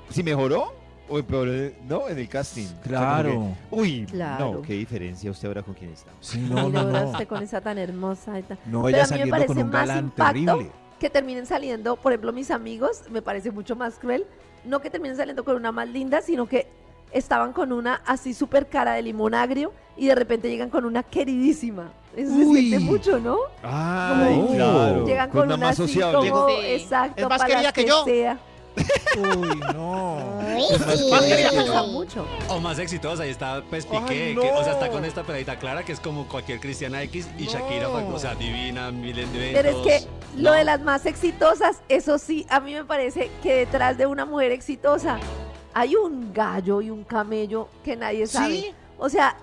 A: si mejoró o empeoró, eh, ¿no? En el casting. O sea, como
C: Claro.
A: que, uy,
D: Claro.
A: no, qué diferencia usted ahora con quién está.
C: Sí, no,
D: Mira,
C: no,
D: ahora
C: no.
D: usted con esa tan hermosa y tal.
C: No,
D: Pero
C: ella
D: a mí
C: saliendo
D: me
C: con
D: parece
C: un
D: más
C: galán
D: impacto
C: terrible.
D: que terminen saliendo, por ejemplo, mis amigos, me parece mucho más cruel, no que terminen saliendo con una más linda, sino que estaban con una así súper cara de limón agrio y de repente llegan con una queridísima. Eso se
C: Uy.
D: siente mucho, ¿no?
A: Ay,
D: Como-
A: claro.
D: Llegan
C: Pues
D: con, una,
A: más
D: así
A: sociable.
D: como,
B: Sí.
D: exacto,
K: Es más
D: para
K: querida
D: las
K: que yo.
D: sea.
C: Uy, no.
A: Es más
K: Más querida
A: que-
K: que
D: Pasa
K: yo.
D: mucho.
E: O más exitosa, ahí está Pez
K: Ay,
E: Piqué,
K: no.
E: que, o sea, está con esta peladita clara que es como cualquier Cristiana X y Shakira, o sea, divina, miles de
D: Pero es
E: eventos.
D: que lo
E: No.
D: de las más exitosas, eso sí, a mí me parece que detrás de una mujer exitosa hay un gallo y un camello que nadie sabe. O sea,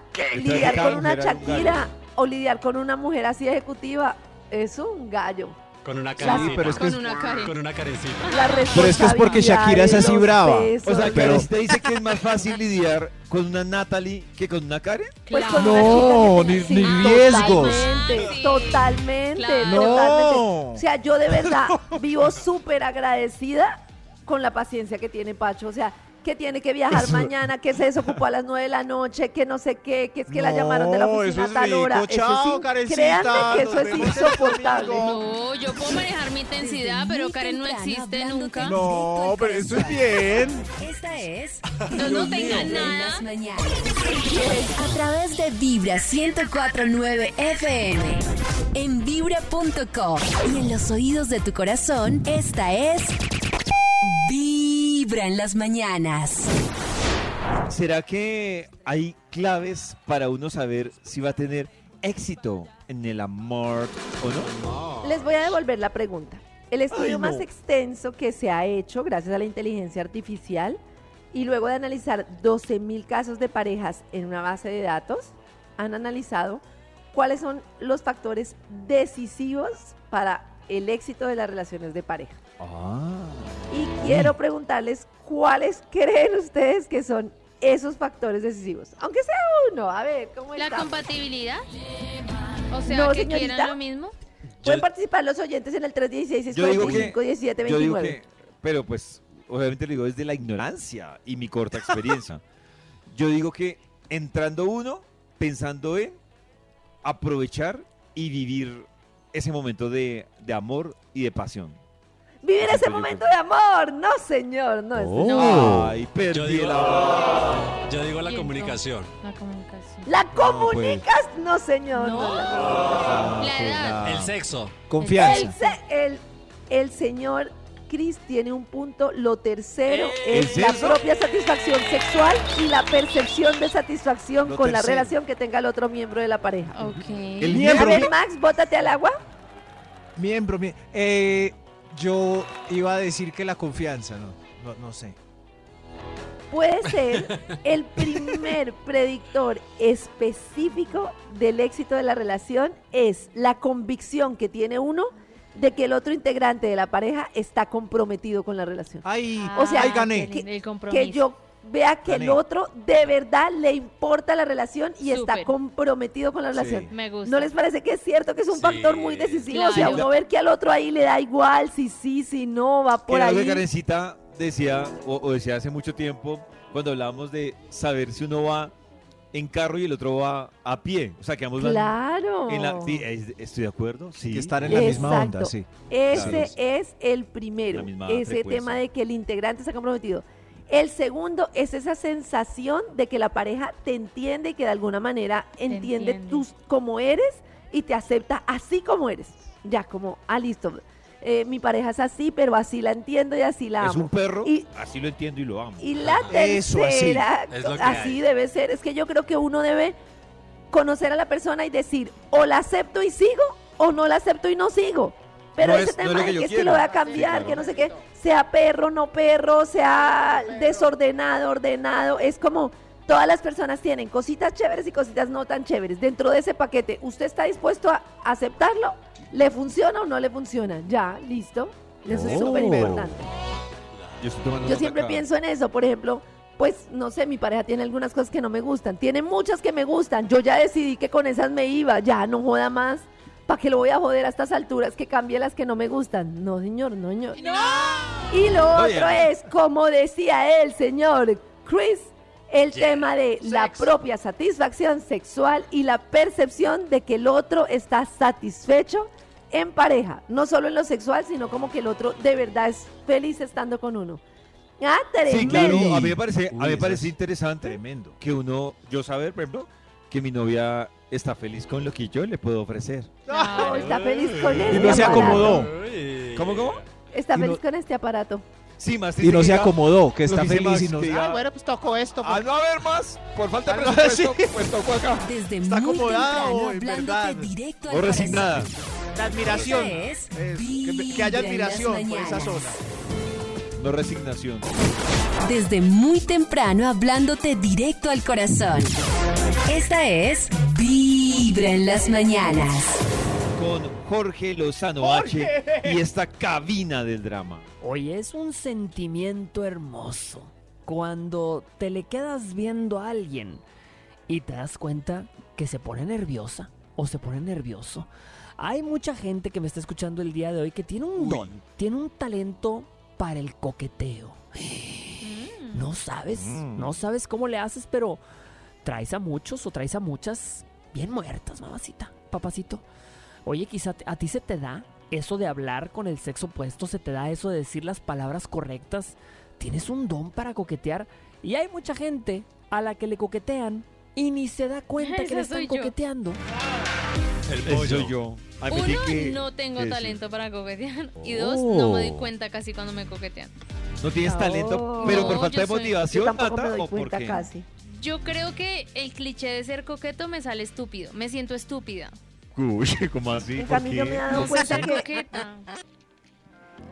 A: Detrás
D: lidiar
A: de
D: con una
A: cada mujer hay un
D: Shakira o lidiar con una mujer así ejecutiva, eso es un gallo.
E: Con una
D: Sí,
E: carencita.
C: pero es que
B: Con una cara.
E: Con una carencita.
D: La
C: Pero es que es porque Shakira es así
D: responsabilidad,
C: brava.
D: los besos,
A: O sea,
C: Pero-
A: pero te dice que es más fácil lidiar con una Natalie que con una Karen.
D: pues
B: Claro.
D: con una
C: No,
D: chica que-
C: ni-
D: sí,
C: ni riesgos.
D: Totalmente,
B: Sí.
D: totalmente,
B: Claro.
D: totalmente.
C: No.
D: O sea, yo de
C: (laughs)
D: verdad vivo súper agradecida con la paciencia que tiene Pacho. O sea, que tiene que viajar mañana, que se desocupó a las 9 de la noche, que no sé qué, que es que la
C: No,
D: llamaron de la
C: eso
D: oficina
C: es
D: a tal
C: rico.
D: hora.
C: Chao,
D: eso sí,
C: Karencita,
D: créanme que
C: nos
D: eso es
C: vemos el
D: insoportable.
B: No, yo puedo manejar mi intensidad, pero Karen no existe nunca. No,
C: No, pero eso es bien.
G: Esta es
B: (laughs) no tenga
G: En
B: nada.
G: las mañanas. A través de Vibra 1049 FM. En vibra.com. Y en los oídos de tu corazón, esta es. Vibra en las mañanas.
A: ¿Será que hay claves para uno saber si va a tener éxito en el amor o no?
D: Les voy a devolver la pregunta. El estudio
A: Ay, no.
D: más extenso que se ha hecho gracias a la inteligencia artificial y luego de analizar 12.000 casos de parejas en una base de datos, han analizado cuáles son los factores decisivos para el éxito de las relaciones de pareja.
A: Ah.
D: Y quiero preguntarles cuáles creen ustedes que son esos factores decisivos. Aunque sea uno, a ver, ¿cómo
B: La
D: estamos?
B: compatibilidad. O sea,
D: No,
B: que
D: señorita.
B: quieran lo mismo.
D: Pueden
A: Yo-
D: participar los oyentes en el 316
A: Yo digo que-
D: 645 17
A: Yo digo
D: 29
A: que, pero pues, obviamente lo digo desde la ignorancia y mi corta experiencia. Yo digo que entrando uno, pensando en aprovechar y vivir ese momento de, de amor y de pasión.
D: Vivir
A: Así
D: ese
A: que yo
D: momento de
A: creo-
D: amor. No, señor, no. señor.
A: Ay, perdí
E: Yo digo-
A: el amor.
E: Yo digo la
B: Y entonces-
E: comunicación.
B: La comunicación.
D: La
A: pues.
D: comunicas, no, señor. no la-
B: La edad.
E: El sexo.
D: El,
C: Confianza.
D: se- el, el señor Chris tiene un punto. Lo tercero
A: ¿El
D: es la
A: sexo?
D: propia satisfacción sexual y la percepción de satisfacción
C: Lo
D: con la
C: tercero.
D: relación que tenga el otro miembro de la pareja.
B: Ok.
A: El
D: A
C: miembro.
D: ver, Max, bótate al agua.
C: Miembro, mie- eh, yo iba a decir que la confianza, no, no, no sé.
D: puede ser el primer predictor específico del éxito de la relación es la convicción que tiene uno de que el otro integrante de la pareja está comprometido con la relación. o sea,
B: ay, gané.
D: Que,
B: Ah, El compromiso.
D: que yo vea que el
B: Gané.
D: otro de verdad le importa la relación y está
B: Súper.
D: comprometido con la
B: Sí.
D: relación.
B: Me gusta.
D: ¿No les parece que es cierto que es un factor muy decisivo? O sea,
A: claro.
D: uno ver que al otro ahí le da igual, si sí, si no, va por
A: Era lo que
D: ahí.
A: Karencita decía, o, o decía hace mucho tiempo, cuando hablábamos de saber si uno va en carro y el otro va a pie. O sea, que ambos van
D: Claro.
A: en la- sí, es- estoy de acuerdo, sí.
C: Que estar en la misma
D: Exacto.
C: onda, sí.
D: Ese
A: Claro.
D: es el primero,
A: La misma
D: ese
A: frecuencia.
D: tema de que el integrante está comprometido. El segundo es esa sensación de que la pareja te entiende y que de alguna manera entiende,
B: entiende.
D: tú como eres y te acepta así como eres. Ya, como, ah, listo. eh, mi pareja es así, pero así la entiendo y así la
A: es
D: amo.
A: un perro,
D: Y-
A: así lo entiendo y lo amo.
D: Y la
A: Eso, así.
D: tercera,
A: Es lo
D: así,
A: que hay.
D: debe ser. Es que yo creo que uno debe conocer a la persona y decir, o la acepto y sigo, o no la acepto y no sigo. Pero
A: No
D: ese
A: es- no es
D: tema
A: lo que
D: de
A: yo
D: que es que
A: quiero.
D: lo voy a
A: Sí,
D: cambiar,
A: claro.
D: que no sé qué, sea perro, no perro, sea desordenado, ordenado, es como... Todas las personas tienen cositas chéveres y cositas no tan chéveres. Dentro de ese paquete, ¿usted está dispuesto a aceptarlo? ¿Le funciona o no le funciona? Ya, listo. Eso es
A: Oh.
D: súper importante.
A: Yo, estoy tomando
D: Yo
A: nota
D: siempre
A: acá.
D: pienso en eso, por ejemplo, pues no sé, mi pareja tiene algunas cosas que no me gustan, tiene muchas que me gustan, yo ya decidí que con esas me iba, ya no joda más, ¿para qué lo voy a joder a estas alturas que cambie las que no me gustan? No, señor, no, señor. Y lo
J: Muy
D: otro
J: bien.
D: es, como decía el señor Chris, el tema de la propia satisfacción sexual y la percepción de que el otro está satisfecho en pareja, no solo en lo sexual, sino como que el otro de verdad es feliz estando con uno. Ah,
A: Sí,
D: tremendo.
A: claro, a mí me parece, a mí
C: eso
A: me
C: es
A: parece interesante que uno, yo saber, por ejemplo, que mi novia está feliz con lo que yo le puedo ofrecer.
D: No, está feliz con
A: Ah, Y
D: este
A: no se
D: aparato.
A: acomodó. ¿Cómo, cómo?
D: Está
A: Y no-
D: feliz con este aparato.
A: Sí, más
C: Y no se
A: diga-
C: acomodó, que
A: lo
C: está
A: dice
C: feliz y
A: Max,
C: no...
A: que diga,
K: Ah, bueno, pues toco esto.
A: "Ah, no haber más, por falta de
K: Ah, no,
A: presupuesto,
K: sí. (laughs)
A: pues tocó acá.
G: Desde
K: Está
C: "Ah,
G: muy
K: acomodado
G: temprano,
C: oh,
K: hoy,
G: hablándote directo al
A: O resignada.
K: La admiración.
G: Esta es
K: que, que haya
G: Vibra en las
K: admiración por esa
G: mañanas.
K: zona.
A: No resignación.
G: Desde muy temprano hablándote directo al corazón. Esta es Vibra en las mañanas.
A: Con Jorge Lozano
G: ¡Jorge!
A: H y esta cabina del drama.
M: Oye, es un sentimiento hermoso cuando te le quedas viendo a alguien y te das cuenta que se pone nerviosa o se pone nervioso. Hay mucha gente que me está escuchando el día de hoy que tiene un don, tiene un talento para el coqueteo.
B: Mm.
M: No sabes, no sabes cómo le haces, pero traes a muchos o traes a muchas bien muertas, mamacita, papacito. Oye, quizá te- a ti se te da eso de hablar con el sexo opuesto, se te da eso de decir las palabras correctas. Tienes un don para coquetear y hay mucha gente a la que le coquetean y ni se da
B: (laughs)
M: cuenta que
B: Esa
M: le están
B: soy yo.
M: coqueteando.
A: El
J: pollo.
A: yo. Ay,
C: pues
A: me di
B: Uno,
A: que-
B: no tengo
A: que sí.
B: talento para coquetear. Y dos, no me doy
A: Oh.
B: cuenta casi cuando me coquetean.
A: No tienes talento,
B: No,
A: pero por
B: yo
A: falta de
B: soy-
A: motivación,
B: yo tampoco
A: Nata,
B: me doy
A: ¿o por
B: cuenta
A: qué?
B: casi. Yo creo que el cliché de ser coqueto me sale estúpido. Me
J: (laughs)
B: siento estúpida.
A: Uy, ¿cómo así?
D: En
A: ¿Por
D: cambio, yo
A: qué?
D: me he
B: No
D: dado
B: sé
D: cuenta
B: ser
D: que.
B: coqueta.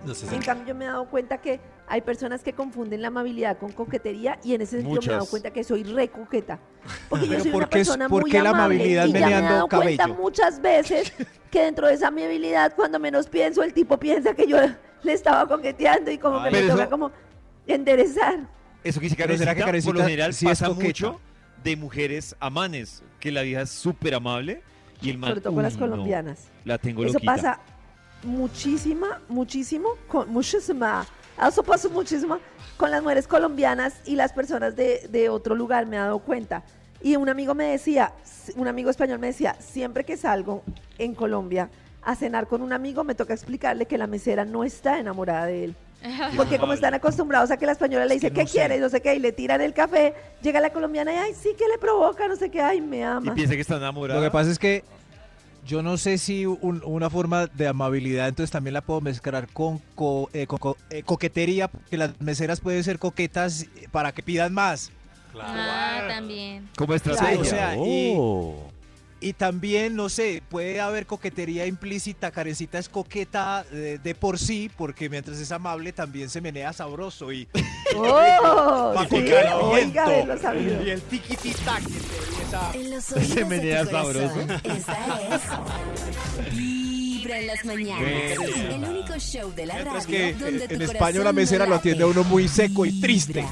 A: No sé,
D: En cambio, yo me he dado cuenta que hay personas que confunden la amabilidad con coquetería y en ese sentido me he dado
A: Muchas.
D: cuenta que soy re coqueta. Porque yo
C: Pero
D: soy
C: ¿por
D: una
C: qué es-
D: persona
C: por
D: muy
C: qué la
D: amable
C: amabilidad
D: y ya me he
C: meneando
D: dado cuenta
C: cabello?
A: (laughs)
D: muchas veces que dentro de esa amabilidad, cuando menos pienso, el tipo piensa que yo le estaba coqueteando y como
A: Ay,
D: que me
A: pero
D: toca
A: eso-
D: como enderezar.
A: Eso que dice
C: Pero ¿será que
A: Karencita, por lo
C: Karencita
A: general
C: sí es
A: pasa
C: coqueta?
A: mucho de mujeres a manes, que la vieja es súper amable y el man,
D: Sobre todo con
A: uy,
D: las
A: no,
D: colombianas.
A: la tengo
D: Eso
A: loquita.
D: pasa muchísima, muchísimo, con, muchísima. Eso pasa muchísima con las mujeres colombianas y las personas de, de otro lugar, me he dado cuenta. Y un amigo me decía, un amigo español me decía, siempre que salgo en Colombia a cenar con un amigo, me toca explicarle que la mesera no está enamorada de él. Porque como están acostumbrados a que la española le dice, ¿qué quiere? Y no sé qué, y le tiran el café, llega la colombiana y, ay, sí, que le provoca, no sé qué, ay, me ama.
A: Y piensa que está enamorada.
C: Lo que pasa es que yo no sé si un- una forma de amabilidad entonces también la puedo mezclar con, co- eh, con co- eh, coquetería, que las meseras pueden ser coquetas eh, para que pidan más.
B: Ah, también.
A: Como estrategia.
N: Oh.
C: O sea, y- Y también, no sé, puede haber coquetería implícita, Karencita es coqueta eh, de, por sí, porque mientras es amable también se menea
J: (laughs)
C: sabroso y...
J: ¡Oh!
C: Pa'
J: Sí,
C: picar el
J: oiga,
C: viento.
J: haberlo sabido.
C: Y el tiquititac que te- esa-
G: En los oídos de tu corazón,
J: ¿eh?
G: Esta es Vibra en las mañanas.
C: Qué
G: El único show de la radio
C: Mientras que
G: donde
C: eh,
G: tu
C: en España
G: corazón
C: una mesera
G: no
C: lo
G: late.
C: atiende a uno muy seco y triste.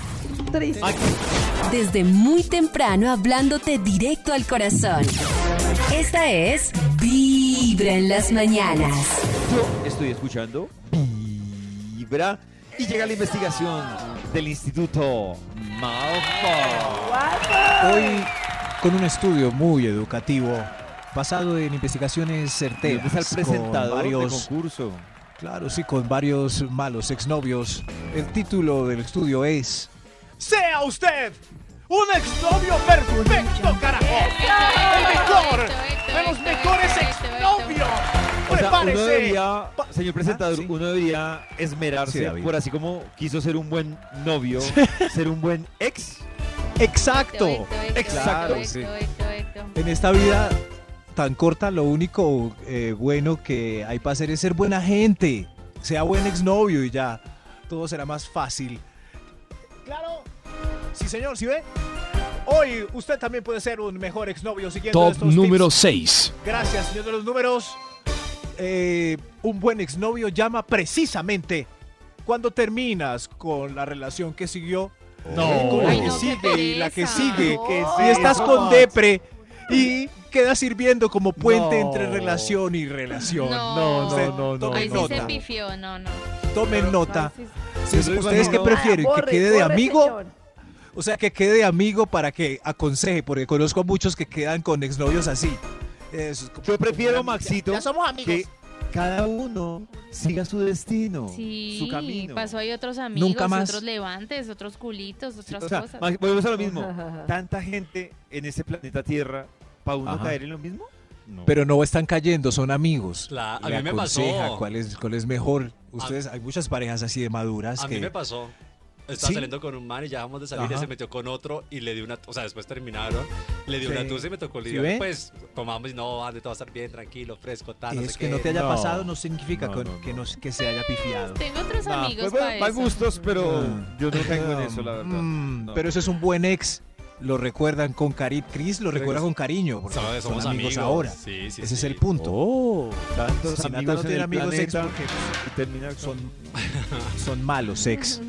D: Triste.
G: Desde muy temprano hablándote directo al corazón. Esta es Vibra en las mañanas.
A: Estoy escuchando Vibra y llega la investigación del Instituto Malfoy.
C: Hoy, con un estudio muy educativo, basado en investigaciones certeras.
A: Tenemos al
C: con
A: presentador del
C: varios,
A: concurso.
C: Claro, sí, con varios malos exnovios. El título del estudio es... ¡Sea usted un exnovio perfecto, carajo! ¡El mejor! ¡De los mejores exnovios!
A: O sea, uno
C: Prepárese.
A: debería, señor presentador, uno debería
C: Ah, Sí,
A: esmerarse
C: David.
A: por así como quiso ser un buen novio, ser un buen ex.
C: Exacto.
A: Exacto.
C: En esta vida tan corta, lo único eh, bueno que hay para hacer es ser buena gente. Sea buen exnovio y ya. Todo será más fácil. Claro. Sí, señor, ¿sí ve? Hoy usted también puede ser un mejor exnovio siguiendo
O: Top
C: estos
O: número
C: tips.
O: 6.
C: Gracias, señor de los números. Eh, un buen exnovio llama precisamente cuando terminas con la relación que siguió.
J: No.
C: y con la
J: Ay,
C: que
J: no, qué
C: sigue y la que
J: pereza.
C: sigue.
J: ¿Qué es
C: y estás
J: eso?
C: con depre y quedas sirviendo como puente
J: No.
C: entre relación y relación.
J: No,
C: Usted
J: no, no, no,
C: Tomen
J: Ahí sí se
C: nota.
B: pifió, no, no.
C: Tomen nota. Si
J: Pero
C: ustedes
J: no,
C: que
J: no.
C: prefieren, que
J: Borre,
C: quede de
J: borre,
C: amigo.
J: señor.
C: O sea, que quede de amigo para que aconseje, porque conozco a muchos que quedan con exnovios así.
A: Yo prefiero, Maxito,
C: Ya somos amigos.
A: que cada uno siga su destino,
B: Sí,
A: su camino.
B: pasó ahí otros amigos,
A: Nunca más.
B: otros levantes, otros culitos, otras
A: O sea,
B: cosas.
A: Max, volvemos a
B: (laughs)
A: lo mismo. Tanta gente en este planeta Tierra, ¿para uno
C: Ajá.
A: caer en lo mismo?
C: Pero no están cayendo, son amigos.
E: Cla- a
C: Le
E: mí me pasó.
C: aconseja Cuál es, cuál es mejor. Ustedes, hay muchas parejas así de maduras
E: A
C: que.
E: mí me pasó. Estaba
C: ¿Sí?
E: saliendo con un man y ya dejamos de salir.
C: Ajá.
E: Y se metió con otro y le di una. O sea, después terminaron. Le di
C: Sí.
E: una tusa y me tocó
C: ¿Sí
E: lidiar.
C: ve?
E: Pues tomamos y no, Ande, todo va a estar bien, tranquilo, fresco, tal.
C: es
E: sé
C: que
E: qué.
C: no te haya pasado no significa con- que no que se haya pifiado.
B: Tengo otros
A: Nah,
B: amigos
A: pues bueno,
B: para
A: mal
B: eso.
A: gustos, pero yo no tengo en eso, la verdad.
C: Ah. Mm,
A: No.
C: Pero ese es un buen ex. Lo recuerdan con cariño. Chris lo recuerda con cariño. Porque
E: Sabes,
C: son
E: somos
C: amigos,
E: amigos.
C: ahora.
E: Sí, sí,
C: ese es el punto.
A: tantos
C: Si Nata
A: Oh. amigos
C: no
A: en
C: tiene
A: el
C: amigos ex
A: planeta
C: porque
A: y terminar con...
C: son
B: (laughs)
C: malos ex.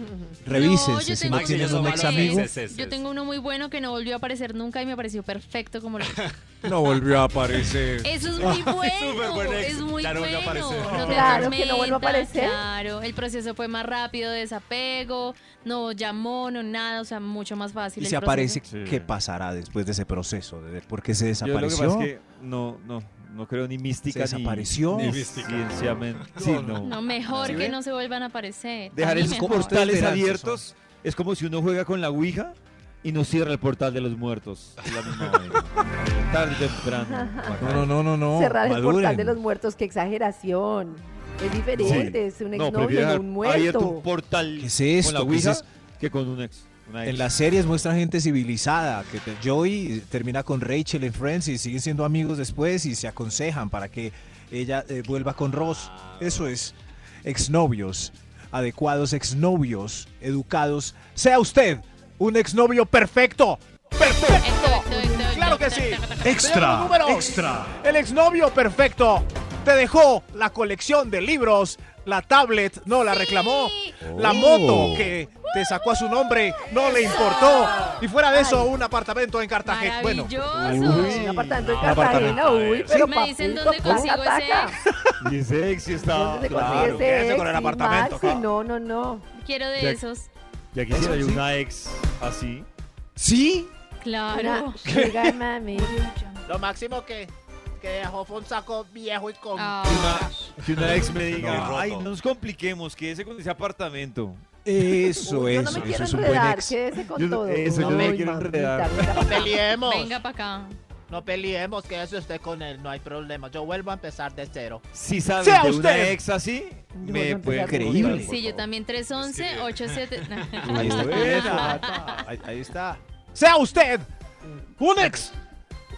B: No,
C: Revísense
B: yo
C: si
B: tengo
C: no
B: uno
C: tienen un
B: muy
C: ex
B: bueno.
C: amigo.
B: Yo tengo uno muy bueno que no volvió a aparecer nunca y me pareció perfecto como lo
C: No volvió a aparecer.
B: Eso es
C: (laughs)
B: muy bueno,
E: buen ex.
B: es muy
E: Ya no volvió
B: bueno.
E: a aparecer.
B: No te
D: Claro, que no vuelva a
B: atormentas,
D: aparecer.
B: Claro, el proceso fue más rápido de desapego, no llamó, no nada, o sea, mucho más fácil
C: Y
B: el
C: se
B: proceso.
C: aparece, ¿qué pasará después de ese proceso? De ver ¿Por qué se
A: Yo lo que pasa
C: desapareció?
A: es que no, no, no creo ni mística
C: Se
A: ni-
C: desapareció.
A: ni,
C: Mística.
A: ciencia (laughs) men- Sí, no.
B: No, mejor
A: ¿Sí
B: que
A: ve?
B: no se vuelvan a aparecer. A
A: Dejar
B: mí
A: esos
B: mejor.
A: portales abiertos es como si uno juega con la Ouija y no cierra el portal de los muertos. de
B: (laughs)
A: la misma manera. Tarde o temprano.
C: No, no, no, no, no.
D: Cerrar el portal
A: maduren.
D: de los muertos, qué exageración. Es diferente, es un
A: No, prefiero
D: exnovio, no,
A: dejar
D: un
A: abierto
D: muerto.
A: un portal
C: ¿Qué es esto?
A: con la
C: ¿Qué es
A: Ouija
C: esto?
A: que con un ex. una ex.
C: En las series muestran gente civilizada, que te- Joey termina con Rachel en Friends y siguen siendo amigos después y se aconsejan para que ella eh, vuelva con Ross.
A: Ah.
C: Eso es exnovios, adecuados exnovios, educados. Sea usted un exnovio perfecto.
K: Claro que sí.
C: Extra, extra. El exnovio perfecto te dejó la colección de libros, la tablet no la reclamó, la
J: Oh.
C: moto que te sacó a su nombre no le importó y fuera de eso un apartamento en Cartagena. Bueno,
D: Maravilloso. Un apartamento en
C: no,
D: Cartagena,
C: apartamento.
D: uy,
C: Sí,
D: pero
C: me dicen
D: papito,
C: dónde
D: ¿cómo
C: consigo
D: ataca?
A: Y sexy está.
D: ¿Dónde se
A: claro.
D: consigue ese
A: Quédese con el
D: ex? Sí,
A: apartamento.
D: Maxi, no, no, no.
B: Quiero de
A: Ya-
B: esos.
A: Ya quisiera
C: Eso
A: yo
C: sí.
A: una ex así.
C: ¿Sí?
B: Claro.
D: Llega, mami.
K: Lo máximo que, que dejó fue un saco viejo y con.
A: Que una ex me diga,
C: No.
A: ay, no nos compliquemos, quédese con ese apartamento.
C: Eh,
A: Yo
C: Eso, eso,
A: no me
C: eso
A: quiero
C: es un buen
K: enredar,
C: ex.
D: quédese
K: con
A: Yo no-
K: todo.
A: eso, yo no me quiero enredar.
K: No peleemos.
B: Venga para acá.
K: No peleemos, quédese usted con él, no hay problema. Yo vuelvo a empezar de cero.
A: Si saben
K: Sea
A: de una
K: usted.
A: ex así,
K: Yo
A: me
K: no
A: puede
K: empezar
A: creíble.
B: Sí, yo también
E: (laughs)
B: 311 87
J: (laughs)
B: (laughs)
C: Ahí está. Ahí, ahí está. Sea usted un ex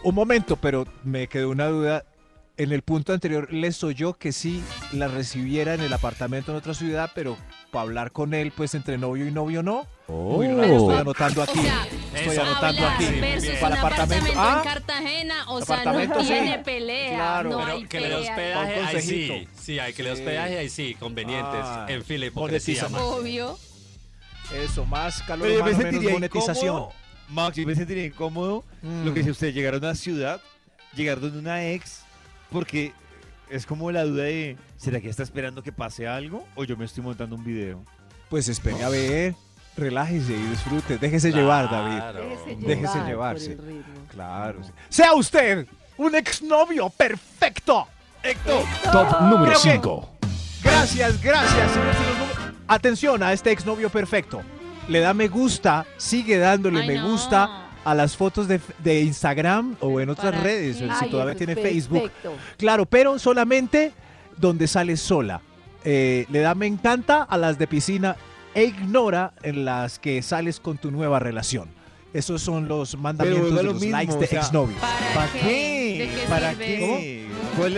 C: Un momento, pero me quedó una duda. En el punto anterior les oyó que sí la recibiera en el apartamento en otra ciudad, pero para hablar con él, pues entre novio y novio no. Muy raro,
J: Pero-
C: estoy anotando aquí.
J: O sea,
C: estoy
J: eso.
C: anotando
J: hablar
C: aquí.
J: versus un
C: Para apartamento.
J: apartamento en
C: Ah,
J: Cartagena, o sea, no
C: apartamento, sí.
J: tiene pelea,
C: Claro.
J: no
C: Pero
J: hay
E: Que le dé
J: pelea.
E: hospedaje, ahí sí.
C: consejito.
E: Sí, hay que le dé
C: Sí.
E: hospedaje, ahí sí. Convenientes.
C: Ah,
E: en fila, hipocresía.
C: monetiza
E: man.
J: Obvio.
C: Ah. Eso, más calor
A: Pero yo me
C: humano, menos
A: sentiría
C: monetización. Mm.
A: incómodo, Max, yo me sentiría incómodo lo que dice usted, llegar a una ciudad, llegar donde una ex, porque es como la duda de, ¿será que está esperando que pase algo o yo me estoy montando un video?
C: Pues espere a ver, relájese y disfrute. Déjese llevar, David. Déjese llevarse. Claro. sí. Sea usted un exnovio perfecto. Héctor.
O: Top número
C: Creo que-
O: 5.
C: Gracias, gracias. señores y los números- Atención a este exnovio perfecto. Le da me gusta, sigue dándole
J: Ay,
C: me
J: no.
C: gusta a las fotos de, de Instagram o en otras
J: ¿Para
C: redes,
J: qué?
C: o
J: Ay,
C: si todavía
J: eso es
C: tiene Facebook.
J: perfecto.
C: Claro, pero solamente donde sale sola. Eh, le da me encanta a las de piscina e ignora en las que sales con tu nueva relación. Esos son los mandamientos
A: vuelvo a
C: de
A: lo
C: los
A: mismo,
C: likes
A: o
C: de
A: sea,
C: exnovios.
A: ¿Para qué?
C: ¿De qué
A: ¿Para
C: sirve?
A: qué?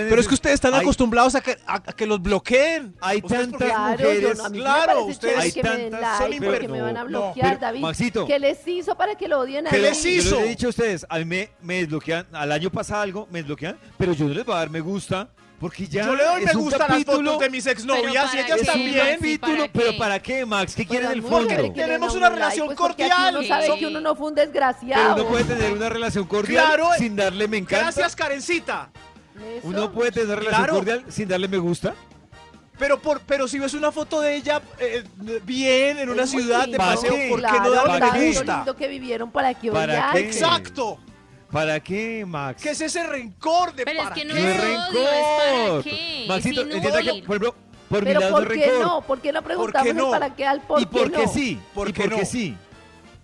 C: Pero es que ustedes están
A: Hay-
C: acostumbrados a que, a- a que los bloqueen.
A: Hay
C: ¿Ustedes por
A: tantas
C: qué?
A: mujeres-
P: a mí me
C: claro,
P: parece
C: ustedes-
P: chévere
C: hay
P: que me den
C: tantas- son
P: like, porque
C: imper-
P: me van a
C: no,
P: bloquear,
A: pero,
P: David.
A: Maxito.
P: ¿Qué les hizo para que lo odien a
A: Pero
P: él?
A: Yo les he dicho a ustedes, a mí me, me desbloquean, al año pasa algo, me desbloquean, pero yo no les voy a dar me gusta, porque ya
C: Yo le doy
A: es
C: me
A: un
C: gusta a las
A: capítulo,
C: fotos de mis
A: Pero
C: exnovias y
A: para
C: ellas
A: qué,
C: también.
A: Maxi, ¿para Capítulo, qué? pero ¿para qué, Max? ¿Qué quieren en el fondo?
C: Porque queremos una relación cordial.
P: No sabe
C: Son-
P: que pues, uno no fue un
A: Pero
P: desgraciado.
A: uno puede tener una relación cordial
C: Claro, eh.
A: sin darle me encanta.
C: Gracias, Karencita.
A: Uno puede tener una relación
C: Claro.
A: cordial sin darle me gusta.
C: Pero, por, pero si ves una foto de ella eh, bien en una
P: Es muy
C: ciudad de
P: lindo.
C: paseo, ¿por qué
P: Claro,
C: no darle
P: tanto
C: me gusta?
P: lindo que vivieron para que
A: ¿Para
P: odiaran.
A: qué?
C: Exacto.
A: ¿Para qué, Max?
C: ¿Qué es ese rencor de
J: Pero es
C: para
J: que no
C: qué?
J: es odio, es para qué.
A: Maxito,
J: es
A: entienda que,
J: inútil.
A: por ejemplo, por mi
P: Pero
A: lado
P: ¿por
A: no es
P: qué
A: rencor.
P: no? ¿Por qué no preguntamos el
C: no?
P: para qué al por
C: ¿Y
P: qué
C: por qué
P: no?
C: sí?
A: ¿Por
C: ¿Y
A: qué
C: por qué
A: no?
C: sí?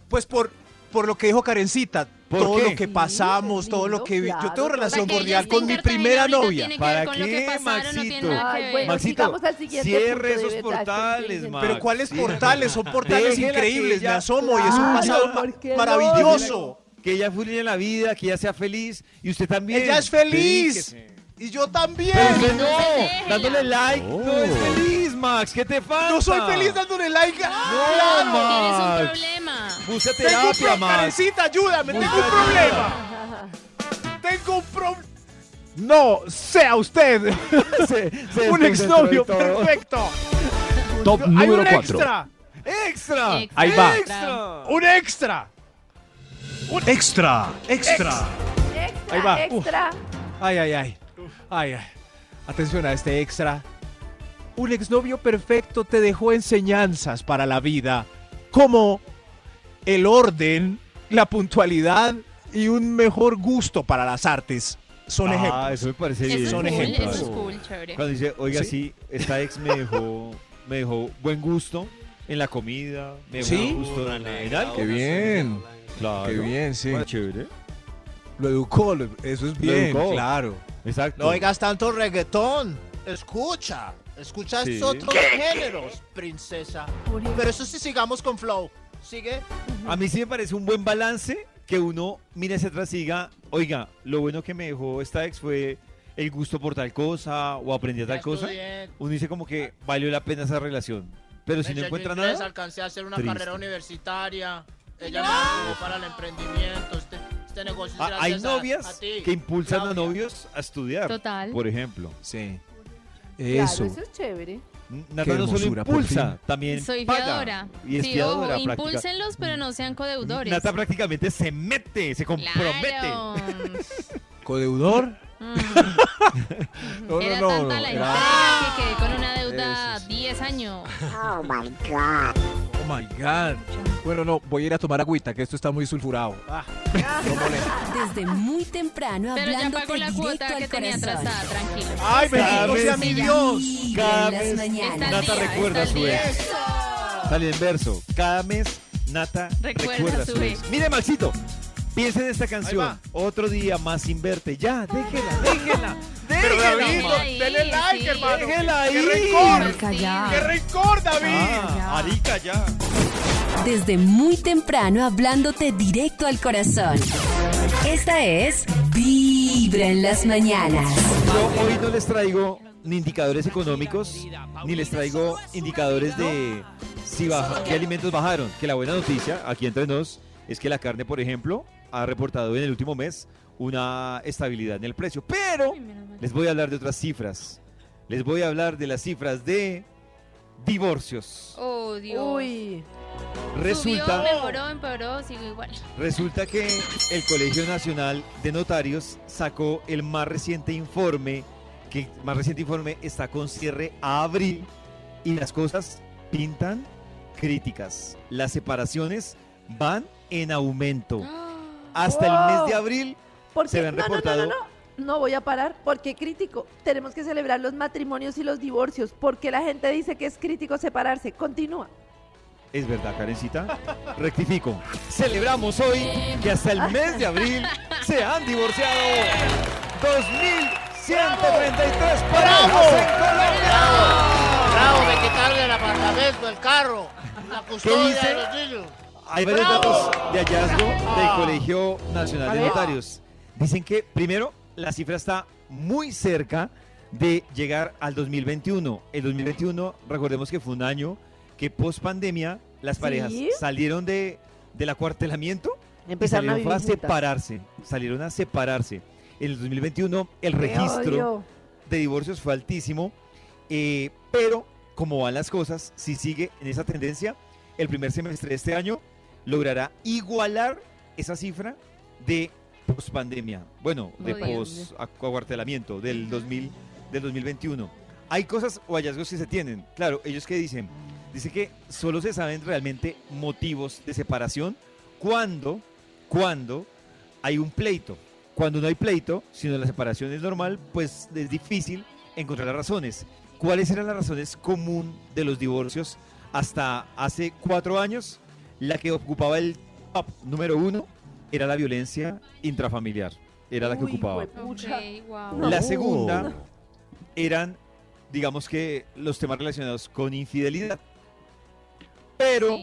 C: Pues por, por lo que dijo Karencita. todo lo que pasamos, todo lo que vi- Yo tengo relación
J: Porque ella
C: cordial
J: está
C: con mi
J: en Cartagena,
C: primera
J: ahorita
C: novia.
J: tiene que ver ¿Para con lo que qué, pasaron, no tiene Maxito? nada que ver. Bueno,
P: sigamos al siguiente punto,
A: cierre
P: de
A: esos
P: verdad,
A: portales, Max.
C: Pero ¿cuáles portales? Son portales
A: Déjela que
C: increíbles, me
A: ella-
C: asomo y es un pasado
A: Claro,
C: ma- maravilloso.
A: Que ella fue en la vida, que ella sea feliz y usted también.
C: Ella es feliz.
A: Dedíquese.
C: Y yo también.
A: Pero usted no, dándole like, no es feliz, Max. ¿Qué te pasa?
C: No soy feliz dándole like.
A: claro. Max.
J: problema.
A: Busca
C: Tengo un
A: terapia,
C: problema,
A: Max.
C: Karencita, ayúdame.
A: Busca
C: Tengo un
A: terapia.
C: problema. Tengo un problema. No, sea (laughs) usted un exnovio perfecto.
O: Top
C: Hay
O: número
C: un
O: 4.
C: extra. Extra.
O: Ahí va.
C: Extra. Un extra.
O: Extra, extra.
P: Extra,
C: Ahí va.
P: extra.
C: Ay, ay, ay. Ay, ay. Atención a este extra. Un exnovio perfecto te dejó enseñanzas para la vida, como el orden, la puntualidad y un mejor gusto para las artes. Son
A: Ah,
C: ejemplos.
A: eso me parece
C: Son
A: bien.
C: Son
A: Eso es cool,
C: ejemplos.
A: eso es
J: Cool, chévere.
A: Cuando dice, oiga,
C: Sí.
A: sí, esta ex me dejó, me dejó buen gusto en la comida, me dejó
C: Sí.
A: buen gusto en la general.
C: Qué bien.
A: Claro.
C: Qué bien, sí.
A: Bueno, chévere.
C: Lo educó, lo- eso
A: Lo
C: es bien,
A: educó.
C: claro.
A: Exacto.
K: No oigas tanto reggaetón. Escucha, escucha
C: Sí.
K: estos otros
C: ¿Qué?
K: géneros, princesa. Pero eso sí, sigamos con Flow. ¿Sigue?
A: A mí sí me parece un buen balance que uno mire hacia atrás y diga, oiga, lo bueno que me dejó esta ex fue el gusto por tal cosa o aprendí a tal
K: estudié.
A: cosa. Uno dice como que valió la pena esa relación. Pero
C: Pues
A: si
K: Me
A: no
K: eché
A: encuentra
K: inglés,
A: nada,
K: alcancé a hacer una
A: triste.
K: carrera universitaria. Ella me ayudó para el emprendimiento. Este, este negocio es
A: Ah,
K: gracias
A: hay
K: a-
A: novias
K: a ti.
A: que impulsan a novios a estudiar.
K: Total.
A: Por ejemplo.
C: Sí.
P: Claro, eso es chévere.
A: Nata no solo
C: hermosura, por
A: impulsa,
C: fin.
A: también
J: Soy
A: paga.
J: fiadora.
A: Y es
J: sí, ojo,
A: fiadora. práctica.
J: impúlsenlos, pero no sean codeudores.
A: Nata prácticamente se mete, se compromete.
J: Claro. (laughs)
C: ¿Codeudor? (laughs) no,
J: Mm. Era
C: no,
J: tanta
C: no,
J: la
C: era-
J: entrega que quedé con una deuda 10 años.
P: Ah.
C: Oh my God. Oh my God. Bueno, no, voy a ir a tomar agüita, que esto está muy sulfurado. Ah,
G: Desde muy temprano
J: Pero ya
G: hablándote
J: pagó la
G: directo
J: cuota que
G: al
J: tenía
G: corazón.
J: atrasada, tranquilo.
C: Ay, bendito
A: Cada
C: sea
A: vez-
C: mi Dios.
A: Cada
G: en las
A: mes
G: mañanas.
J: Está al
A: Nata
J: día,
A: recuerda a
J: está al
A: su
J: día.
A: ex. Sale en verso. Cada mes Nata
J: Recuerda
A: recuerda,
J: a
A: a
J: su
A: su ex.
J: ex.
A: Mire, Maxito, piensa en esta
J: va.
A: canción. Otro día más sin verte. Ya, déjela, déjela.
C: Pero
A: déjela,
C: David,
A: mamá.
C: denle like, hermano.
A: Déjela ahí.
C: ¡Qué rencor!
A: Marica, ya.
C: ¡Qué rencor, David!
A: Ah, Arica, ya.
G: Desde muy temprano hablándote directo al corazón. Esta es Vibra en las mañanas.
A: Yo hoy no les traigo ni indicadores económicos, ni les traigo indicadores de si baja, qué alimentos bajaron. Que la buena noticia, aquí entre nos, es que la carne, por ejemplo, ha reportado en el último mes una estabilidad en el precio. Pero les voy a hablar de otras cifras. Les voy a hablar de las cifras de divorcios.
J: Oh, Dios.
P: Uy.
A: Resulta-
J: Subió, mejoró, empeoró, sigo igual.
A: Resulta que el Colegio Nacional de Notarios sacó el más reciente informe, que más reciente informe está con cierre a abril y las cosas pintan críticas. Las separaciones van en aumento.
D: (gasps)
A: Hasta el mes de
D: Wow.
A: abril
D: Porque,
A: se ven
D: no, no, no,
A: reportado
D: No, no, No voy a parar porque crítico. Tenemos que celebrar los matrimonios y los divorcios porque la gente dice que es crítico separarse. Continúa.
A: Es verdad, Karencita. Rectifico. Celebramos hoy que hasta el mes de abril se han
D: (laughs)
A: divorciado 2.133 parejas en Colombia.
K: Bravo, me quitaron el apartamento, el carro, la custodia
A: dice?
K: de los niños.
A: Hay varios
K: ¡Bravo!
A: datos de hallazgo del
K: Ah.
A: Colegio Nacional de
K: A ver.
A: Notarios. Dicen que, primero, la cifra está muy cerca de llegar al 2021. El 2021, recordemos que fue un año que post pandemia las parejas
D: Sí.
A: salieron de, del acuartelamiento y
D: Empezaron a
A: salieron fue a
D: vivir juntas.
A: separarse. Salieron a separarse. En el 2021, el registro
D: odio.
A: de divorcios fue altísimo, eh, pero como van las cosas, si sigue en esa tendencia, el primer semestre de este año logrará igualar esa cifra de pospandemia, bueno, de
F: Muy bien.
A: post-acuartelamiento del, 2000 del 2021. Hay cosas o hallazgos que se tienen. Claro, ellos que dicen, dice que solo se saben realmente motivos de separación cuando, cuando hay un pleito. Cuando no hay pleito, sino la separación es normal, pues es difícil encontrar las razones. ¿Cuáles eran las razones común de los divorcios hasta hace cuatro años? La que ocupaba el top número uno era la violencia intrafamiliar. Era la que ocupaba.
J: Ok, wow.
A: La segunda eran, digamos que, los temas relacionados con infidelidad. Pero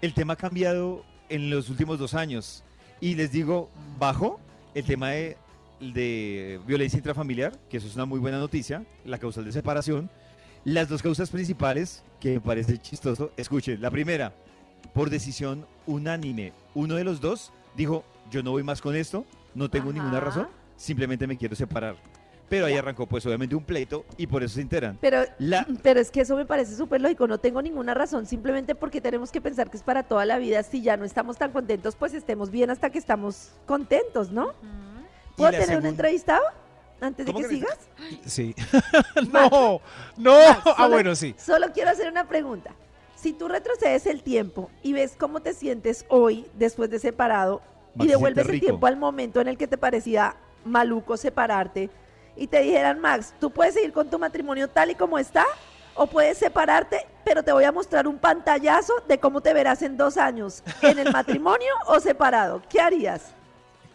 A: el tema ha cambiado en los últimos dos años. Y les digo, bajo el tema de, de violencia intrafamiliar, que eso es una muy buena noticia, la causal de separación. Las dos causas principales, que me parece chistoso, escuchen, la primera, por decisión unánime, uno de los dos dijo, yo no voy más con esto, no tengo ninguna razón, simplemente me quiero separar. Pero ahí arrancó pues obviamente un pleito y por eso se enteran.
D: Pero,
A: La-
D: (clears throat) pero es que eso me parece súper lógico. No tengo ninguna razón. Simplemente porque tenemos que pensar que es para toda la vida. Si ya no estamos tan contentos, pues estemos bien hasta que estamos contentos, ¿no? ¿Puedo
C: la
D: tener un
C: segunda-
D: entrevistado antes de
C: ¿Cómo
D: que
C: que no?
D: sigas?
C: Sí. (laughs) no, no. ah,
D: Solo-
C: bueno, sí.
D: Solo quiero hacer una pregunta. Si tú retrocedes el tiempo y ves cómo te sientes hoy después de separado
A: Maxi,
D: y devuelves
A: siente
D: el
A: rico.
D: tiempo al momento en el que te parecía maluco separarte y te dijeran, Max, tú puedes seguir con tu matrimonio tal y como está o puedes separarte, pero te voy a mostrar un pantallazo de cómo te verás en dos años, en el matrimonio o separado. ¿Qué harías?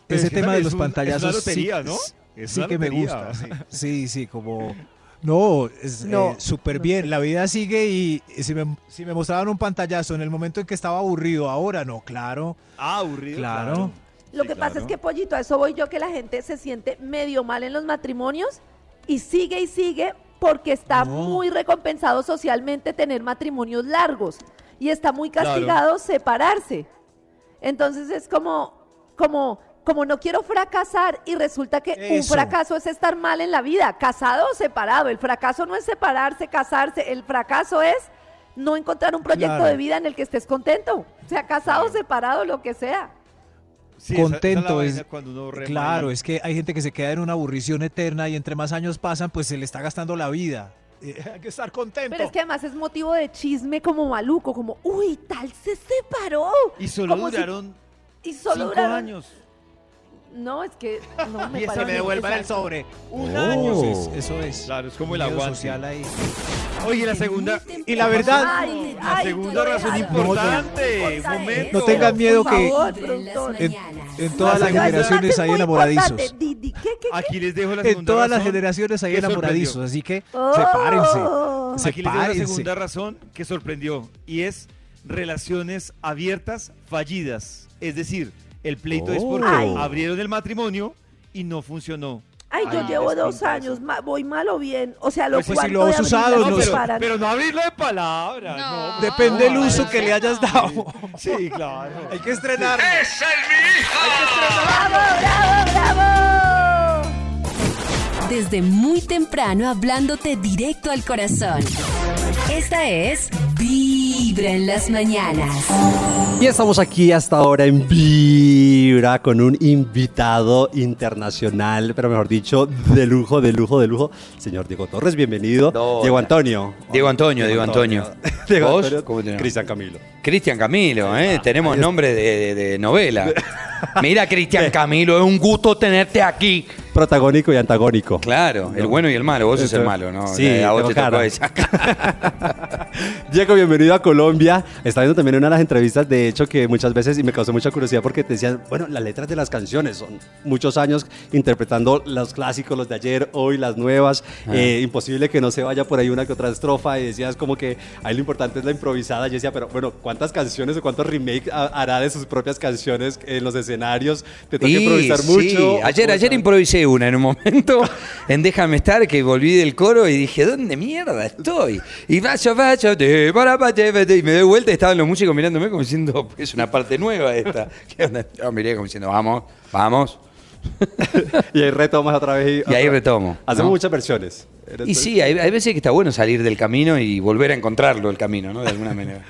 A: Pero
C: Ese
A: es que
C: tema de
A: es
C: los
A: un- es
C: pantallazos.
A: una lotería,
C: sí,
A: ¿no?
C: Sí,
A: Es
C: sí
A: una
C: que me
A: lotería,
C: gusta. Sí, sí, como. No, es eh,
A: No,
C: súper bien. La vida sigue y y si me, si me mostraban un pantallazo en el momento en que estaba aburrido, ahora no, claro.
A: Ah, aburrido.
C: Claro.
D: Lo que pasa es que, Pollito, a eso voy yo, que la gente se siente medio mal en los matrimonios y sigue y sigue porque está muy recompensado socialmente tener matrimonios largos y está muy
N: Claro.
D: castigado separarse. Entonces es como, como, como no quiero fracasar y resulta que un
N: Eso.
D: fracaso es estar mal en la vida, casado o separado. El fracaso no es separarse, casarse, el fracaso es no encontrar un proyecto
C: Claro.
D: de vida en el que estés contento, sea casado, separado, lo que sea.
A: Sí, esa- esa es la
C: contento
A: vaina
C: es
A: cuando uno rema
C: claro
A: ahí.
C: es que hay gente que se queda en una aburrición eterna y entre más años pasan pues se le está gastando la vida (laughs) Hay que estar contento.
D: Pero es que además es motivo de chisme como maluco, como, uy, tal se separó.
A: Y solo
D: Como si-
A: duraron
D: y solo
A: cinco
D: duraron-
A: años.
D: No, es que
C: (laughs)
D: no me
C: y ese
D: parece
C: me devuelvan el
D: exacto.
C: sobre un
A: Oh.
C: año es- eso es
A: Claro, es como el
C: Miedo
A: aguante.
C: social ahí.
A: Oye, la segunda.
C: Y la verdad-
D: Ay,
A: la
D: ay,
A: segunda
D: tú lo
A: razón
D: dejas.
A: importante.
D: No, no,
A: momento.
C: no tengan miedo
D: Por
C: que-
D: favor, productor.
C: en, en todas
A: La
C: las
A: segunda-
C: generaciones hay
D: Muy importante,
C: enamoradizos
D: di- di- ¿qué, qué, qué?
A: Aquí les dejo la segunda.
C: en todas las
A: razón
C: generaciones hay
A: que sorprendió.
C: enamoradizos así que
D: Oh.
C: sepárense
A: Aquí les dejo la
C: sepárense
A: segunda razón que sorprendió y es relaciones abiertas fallidas. Es decir, el pleito es
D: Oh.
A: porque
D: Ay.
A: abrieron el matrimonio y no funcionó.
D: Ay, yo
A: Ahí
D: llevo
A: es
D: dos años, ma- voy mal o bien. O sea, lo
A: Pues
D: cual
A: sí, lo has usado, no, pero- pero no
D: abrirlo
A: de palabras.
D: No.
C: Depende el uso que le hayas dado.
A: Sí, claro.
C: Hay que estrenar.
G: Desde muy temprano hablándote directo al corazón. Esta es Vibra en las mañanas.
N: Y estamos aquí hasta ahora en Vibra con un invitado internacional, pero mejor dicho, de lujo, de lujo, de lujo. Señor Diego Torres, bienvenido. Diego Antonio.
Q: Diego Antonio, Diego Antonio.
N: (laughs) Diego
Q: ¿Vos?
N: Antonio. Cristian Camilo.
Q: Cristian Camilo,
N: Ah,
Q: ¿eh? tenemos nombre de, de- de
N: (laughs)
Q: novela. Mira, Cristian Camilo, es un gusto tenerte aquí.
N: Protagónico y antagónico.
Q: Claro, el bueno y el malo, vos sos
N: Eso-
Q: el malo, ¿no?
N: Sí,
Q: a vos
N: tengo
Q: te tocó
N: cara.
Q: esa.
N: Diego, bienvenido a Colombia. Está viendo también una de las entrevistas, de hecho, que muchas veces, y me causó mucha curiosidad porque te decían, bueno, las letras de las canciones son muchos años interpretando los clásicos, los de ayer, hoy, las nuevas.
Q: Ah.
N: Eh, imposible que no se vaya por ahí una que otra estrofa. Y decías como que ahí lo importante es la improvisada. Yo decía, pero bueno, ¿cuántas canciones o cuántos remake ha- hará de sus propias canciones en los escenarios? Te toca
Q: Y
N: improvisar
Q: sí,
N: mucho.
Q: Ayer, ayer improvisé una en un momento (laughs) en Déjame estar, que volví del coro y dije, ¿dónde mierda estoy? Y vaya, vaya, de, para, para, de, de, y me doy vuelta y estaban los músicos mirándome como diciendo, (laughs) es una parte nueva esta. (laughs) ¿Qué onda? Yo miré como diciendo, vamos, vamos.
N: (laughs) y ahí retomas otra vez.
Q: Y ahí retomo.
N: Hacemos
Q: ¿no?
N: muchas versiones.
Q: Y sí, hay, hay veces que está bueno salir del camino y volver a encontrarlo el camino, ¿no? De alguna manera.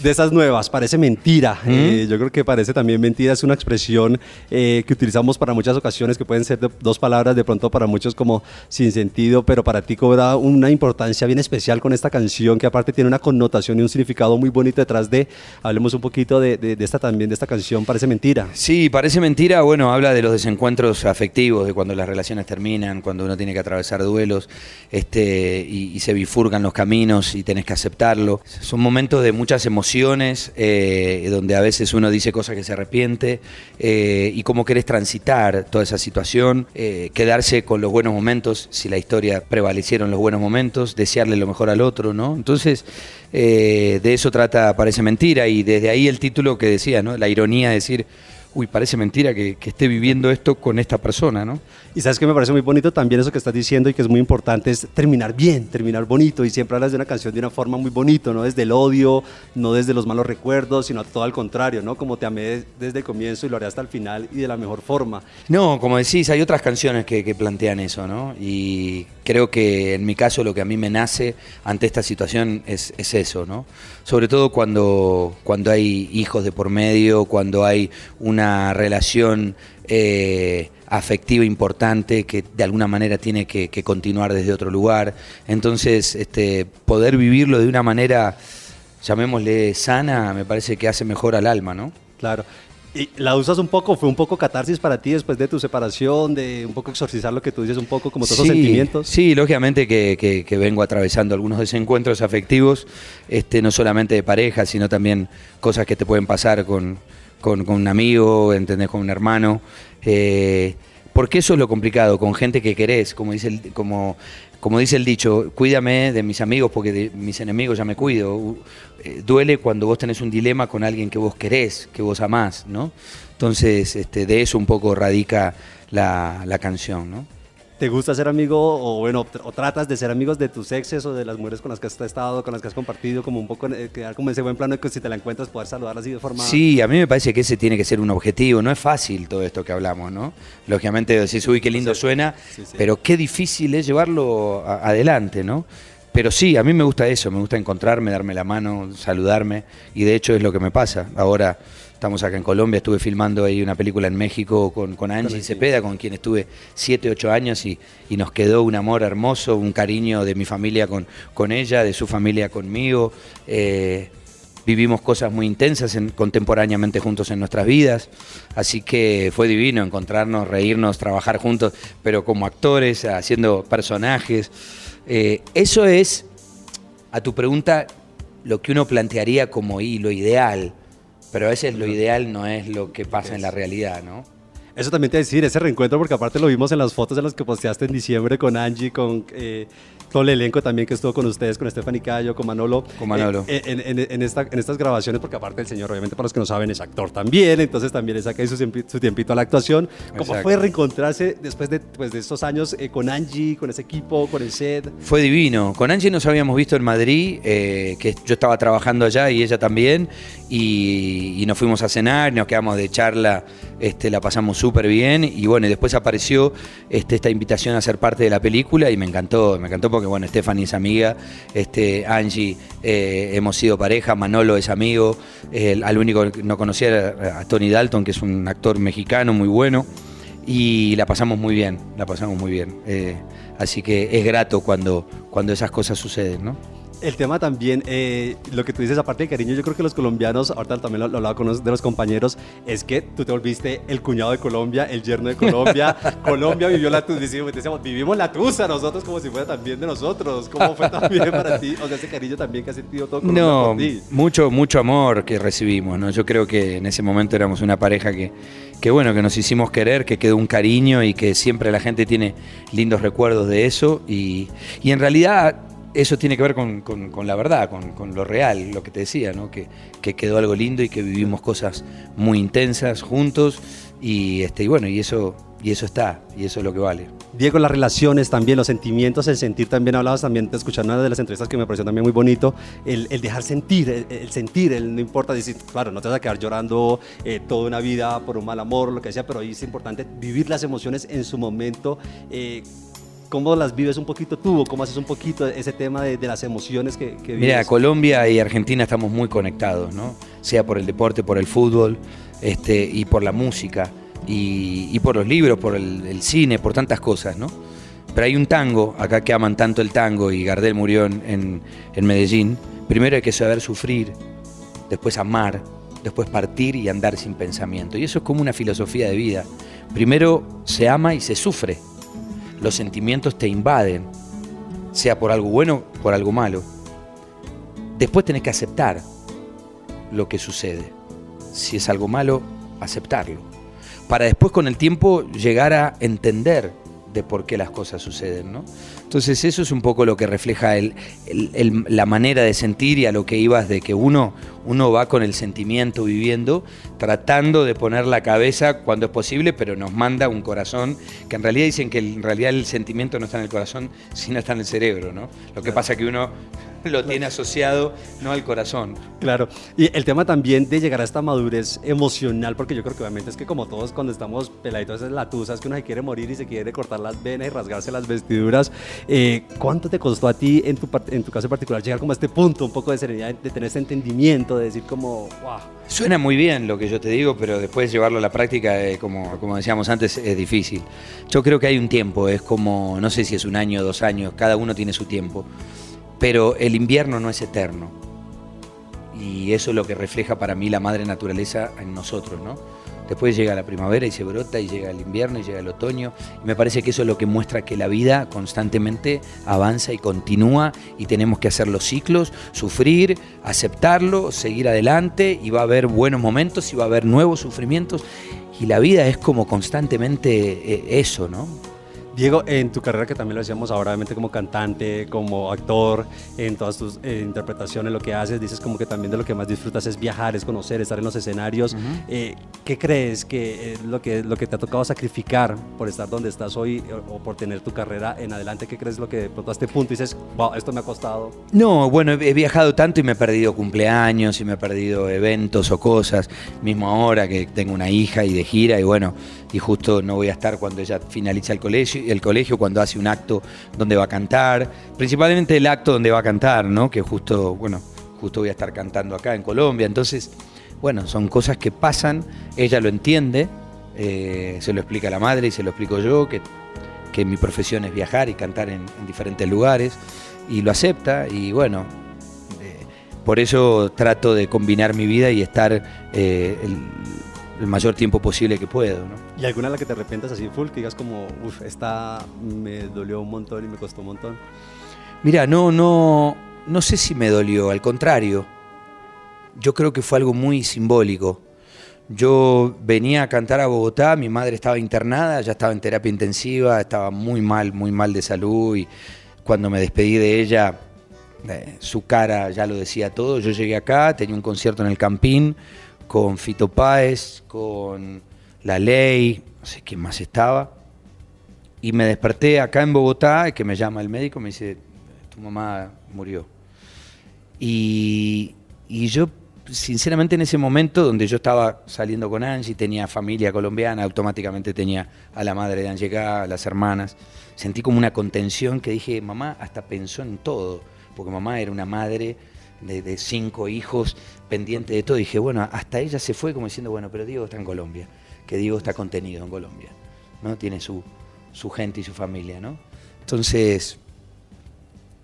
N: de esas nuevas, parece mentira. Eh, yo creo que parece también mentira, es una expresión eh, que utilizamos para muchas ocasiones, que pueden ser de- dos palabras de pronto para muchos como sin sentido, pero para ti cobra una importancia bien especial con esta canción, que aparte tiene una connotación y un significado muy bonito detrás de, hablemos un poquito de, de- de esta también, de esta canción, parece mentira.
Q: Sí, parece mentira. Bueno, habla de los desencuentros afectivos, de cuando las relaciones terminan, cuando uno tiene que atravesar duelos este, y, y se bifurcan los caminos y tenés que aceptarlo. Son momentos de muchas emociones, eh, donde a veces uno dice cosas que se arrepiente eh, y cómo querés transitar toda esa situación, eh, quedarse con los buenos momentos, si la historia prevalecieron los buenos momentos, desearle lo mejor al otro, ¿no? Entonces, eh, de eso trata Parece Mentira y desde ahí el título que decía, ¿no? La ironía de decir uy, parece mentira que, que esté viviendo esto con esta persona, ¿no?
N: Y sabes que me parece muy bonito también eso que estás diciendo y que es muy importante es terminar bien, terminar bonito. Y siempre hablas de una canción de una forma muy bonito, no desde el odio, no desde los malos recuerdos, sino todo al contrario, ¿no? Como te amé desde el comienzo y lo haré hasta el final y de la mejor forma.
Q: No, como decís, hay otras canciones que, que plantean eso, ¿no? Y creo que en mi caso lo que a mí me nace ante esta situación es, es eso, ¿no? Sobre todo cuando, cuando hay hijos de por medio, cuando hay una relación eh, afectiva importante que de alguna manera tiene que, que continuar desde otro lugar. Entonces, este, poder vivirlo de una manera, llamémosle sana, me parece que hace mejor al alma, ¿no?
N: Claro. ¿Y la usas un poco? ¿Fue un poco catarsis para ti después de tu separación, de un poco exorcizar lo que tú dices, un poco como todos esos sentimientos?
Q: Sí, lógicamente que, que- que vengo atravesando algunos desencuentros afectivos, este, no solamente de pareja, sino también cosas que te pueden pasar con, con- con un amigo, ¿entendés? con un hermano. eh, porque eso es lo complicado, con gente que querés, como dice el, como, como dice el dicho, cuídame de mis amigos porque de mis enemigos ya me cuido. U- eh, duele cuando vos tenés un dilema con alguien que vos querés, que vos amás, ¿no? Entonces, este, de eso un poco radica la, la canción, ¿no?
N: ¿Te gusta ser amigo o bueno, tr- o tratas de ser amigos de tus exes o de las mujeres con las que has estado, con las que has compartido, como un poco en- eh, quedar como en ese buen plano de que si te la encuentras poder saludarla así de forma
Q: Sí, a mí me parece que ese tiene que ser un objetivo. No es fácil todo esto que hablamos, ¿no? Lógicamente decís, uy, qué lindo suena, pero qué difícil es llevarlo a- adelante, ¿no? Pero sí, a mí me gusta eso, me gusta encontrarme, darme la mano, saludarme, y de hecho es lo que me pasa. Ahora estamos acá en Colombia, estuve filmando ahí una película en México con, con Angie
N: Angie.
Q: Cepeda, con quien estuve 7, 8 años, y, y nos quedó un amor hermoso, un cariño de mi familia con, con ella, de su familia conmigo. Eh, vivimos cosas muy intensas en- contemporáneamente juntos en nuestras vidas, así que fue divino encontrarnos, reírnos, trabajar juntos, pero como actores, haciendo personajes. Eh, eso es, a tu pregunta, lo que uno plantearía como "Y, lo ideal, pero a veces lo ideal no es lo que pasa en la realidad, ¿no?
N: Eso también te voy a decir, ese reencuentro, porque aparte lo vimos en las fotos de las que posteaste en diciembre con Angie, con eh, todo el elenco también que estuvo con ustedes, con Stephanie Cayo, con Manolo.
Q: Con Manolo.
N: Eh, en, en- en esta- en estas grabaciones, porque aparte el señor, obviamente, para los que no saben, es actor también, entonces también le saca ahí su, tiempi- su tiempito a la actuación. ¿Cómo
Q: Exacto.
N: fue reencontrarse después de, pues, de estos años eh, con Angie, con ese equipo, con el set?
Q: Fue divino. Con Angie nos habíamos visto en Madrid, eh, que yo estaba trabajando allá y ella también, y, y nos fuimos a cenar, nos quedamos de charla, este, la pasamos súper bien, y bueno, y después apareció este, esta invitación a ser parte de la película y me encantó, me encantó porque, bueno, Stephanie es amiga, este, Angie eh, hemos sido pareja, Manolo es amigo, el- al único que no conocía era eh, a Tony Dalton, que es un actor mexicano muy bueno y la pasamos muy bien, la pasamos muy bien. Eh, así que es grato cuando, cuando esas cosas suceden, ¿no?
N: El tema también, eh, lo que tú dices, aparte de cariño, yo creo que los colombianos, ahorita también lo, lo hablaba con unos de los compañeros, es que tú te volviste el cuñado de Colombia, el yerno de Colombia. Colombia vivió la tusa, decíamos, decíamos, vivimos la tusa nosotros como si fuera también de nosotros. ¿Cómo fue también para ti? O sea, ese cariño también que has sentido todo Colombia
Q: No,
N: por ti.
Q: mucho, mucho amor que recibimos, ¿no? Yo creo que en ese momento éramos una pareja que, que bueno, que nos hicimos querer, que quedó un cariño y que siempre la gente tiene lindos recuerdos de eso. Y, y en realidad eso tiene que ver con, con- con la verdad, con, con lo real, lo que te decía, ¿no? Que, que quedó algo lindo y que vivimos cosas muy intensas juntos. Y este, y bueno, y eso, y eso está, y eso es lo que vale.
N: Diego, las relaciones también, los sentimientos, el sentir también, hablabas también, te escuché en una de las entrevistas que me pareció también muy bonito, el, el dejar sentir, el, el sentir, el no importa decir, claro, no te vas a quedar llorando eh, toda una vida por un mal amor, lo que sea, pero ahí es importante vivir las emociones en su momento. eh, ¿Cómo las vives un poquito tú? o ¿Cómo haces un poquito ese tema de, de las emociones que, que vives?
Q: Mira, Colombia y Argentina estamos muy conectados, ¿no? Sea por el deporte, por el fútbol, este, y por la música, y, y por los libros, por el, el cine, por tantas cosas, ¿no? Pero hay un tango, acá que aman tanto el tango, y Gardel murió en- en- en Medellín. Primero hay que saber sufrir, después amar, después partir y andar sin pensamiento. Y eso es como una filosofía de vida. Primero se ama y se sufre. Los sentimientos te invaden, sea por algo bueno, por algo malo. Después tenés que aceptar lo que sucede. Si es algo malo, aceptarlo. Para después con el tiempo llegar a entender de por qué las cosas suceden, ¿no? Entonces eso es un poco lo que refleja el- el- el- la manera de sentir y a lo que ibas de que uno, uno va con el sentimiento viviendo, tratando de poner la cabeza cuando es posible, pero nos manda un corazón, que en realidad dicen que el- en realidad el sentimiento no está en el corazón, sino está en el cerebro, ¿no? Lo que pasa que uno lo tiene asociado no al corazón.
N: Claro, y el tema también de llegar a esta madurez emocional, porque yo creo que obviamente es que como todos cuando estamos peladitos es la tusa, es que uno se quiere morir y se quiere cortar las venas y rasgarse las vestiduras. Eh, ¿Cuánto te costó a ti, en tu, par- en tu caso en particular, llegar como a este punto, un poco de serenidad, de tener ese entendimiento, de decir como, wow,
Q: Suena muy bien lo que yo te digo, pero después llevarlo a la práctica, eh, como, como decíamos antes, es difícil. Yo creo que hay un tiempo, es como, no sé si es un año, dos años, cada uno tiene su tiempo, pero el invierno no es eterno. Y eso es lo que refleja para mí la madre naturaleza en nosotros, ¿no? Después llega la primavera y se brota y llega el invierno y llega el otoño. Y me parece que eso es lo que muestra que la vida constantemente avanza y continúa y tenemos que hacer los ciclos, sufrir, aceptarlo, seguir adelante y va a haber buenos momentos y va a haber nuevos sufrimientos. Y la vida es como constantemente eh, eso, ¿no?
N: Diego, en tu carrera que también lo decíamos ahora, obviamente como cantante, como actor, en todas tus eh, interpretaciones, lo que haces, dices como que también de lo que más disfrutas es viajar, es conocer, estar en los escenarios. Eh, ¿Qué crees que es lo que, lo que te ha tocado sacrificar por estar donde estás hoy eh, o, por tener tu carrera en adelante? ¿Qué crees lo que de pronto a este punto dices, wow, esto me ha costado?
Q: No, bueno, he he viajado tanto y me he perdido cumpleaños y me he perdido eventos o cosas. Mismo ahora que tengo una hija y de gira y bueno, y justo no voy a estar cuando ella finaliza el colegio, el colegio cuando hace un acto donde va a cantar, principalmente el acto donde va a cantar, ¿no? Que justo, bueno, justo voy a estar cantando acá en Colombia. Entonces, bueno, son cosas que pasan, ella lo entiende, eh, se lo explica la madre y se lo explico yo, que que mi profesión es viajar y cantar en, en diferentes lugares, y lo acepta, y bueno, eh, por eso trato de combinar mi vida y estar eh, el, el mayor tiempo posible que puedo. ¿no?
N: ¿Y alguna de la que te arrepientas así full, que digas como, uff, esta me dolió un montón y me costó un montón?
Q: Mira, no, no, no sé si me dolió, al contrario. Yo creo que fue algo muy simbólico. Yo venía a cantar a Bogotá, mi madre estaba internada, ya estaba en terapia intensiva, estaba muy mal, muy mal de salud y cuando me despedí de ella, eh, su cara ya lo decía todo. Yo llegué acá, tenía un concierto en el Campín con Fito Páez, con La Ley, no sé quién más estaba. Y me desperté acá en Bogotá, que me llama el médico, me dice, tu mamá murió. Y, y yo, sinceramente, en ese momento donde yo estaba saliendo con Angie, tenía familia colombiana, automáticamente tenía a la madre de Angie acá, a las hermanas, sentí como una contención que dije, mamá hasta pensó en todo, porque mamá era una madre de, de cinco hijos, pendiente de todo. Dije, bueno, hasta ella se fue como diciendo, bueno, pero Diego está en Colombia, que Diego está contenido en Colombia, ¿no? Tiene su, su gente y su familia, ¿no? Entonces,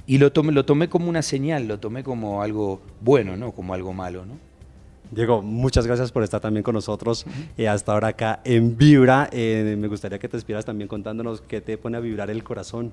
Q: y lo tomé, lo tomé como una señal, lo tomé como algo bueno, ¿no? Como algo malo, ¿no? (laughs)
N: Diego, muchas gracias por estar también con nosotros eh, hasta ahora acá en Vibra. Eh, me gustaría que te despidieras también contándonos qué te pone a vibrar el corazón.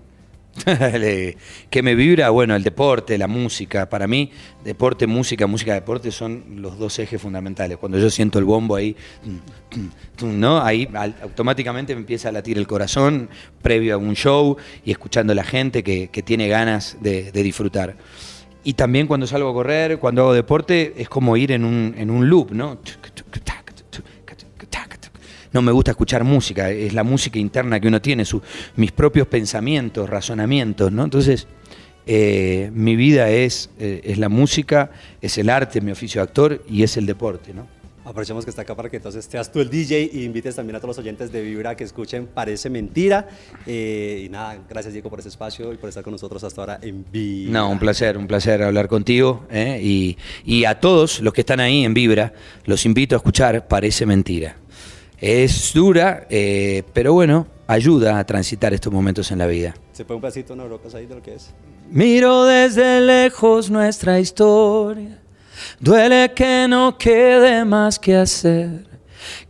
Q: Le- que me vibra, bueno, el deporte, la música. Para mí, deporte, música, música, deporte son los dos ejes fundamentales. Cuando yo siento el bombo ahí, tum, tum, tum, ¿no? Ahí al- automáticamente me empieza a latir el corazón previo a un show y escuchando a la gente que, que tiene ganas de, de disfrutar. Y también cuando salgo a correr, cuando hago deporte, es como ir en un, en un loop, ¿no? No me gusta escuchar música, es la música interna que uno tiene, su- mis propios pensamientos, razonamientos, ¿no? Entonces, eh, mi vida es, eh, es la música, es el arte, mi oficio de actor y es el deporte, ¿no?
N: Aprovechemos que está acá para que entonces seas tú el DJ y invites también a todos los oyentes de Vibra que escuchen Parece Mentira. Eh, y nada, gracias Diego por ese espacio y por estar con nosotros hasta ahora en Vibra.
Q: No, un placer, un placer hablar contigo. ¿eh? Y, y a todos los que están ahí en Vibra, los invito a escuchar Parece Mentira. Es dura, eh, pero bueno, ayuda a transitar estos momentos en la vida.
N: ¿Se puede un pedacito, no, Brocas, ahí de lo que es?
R: Miro desde lejos nuestra historia. Duele que no quede más que hacer.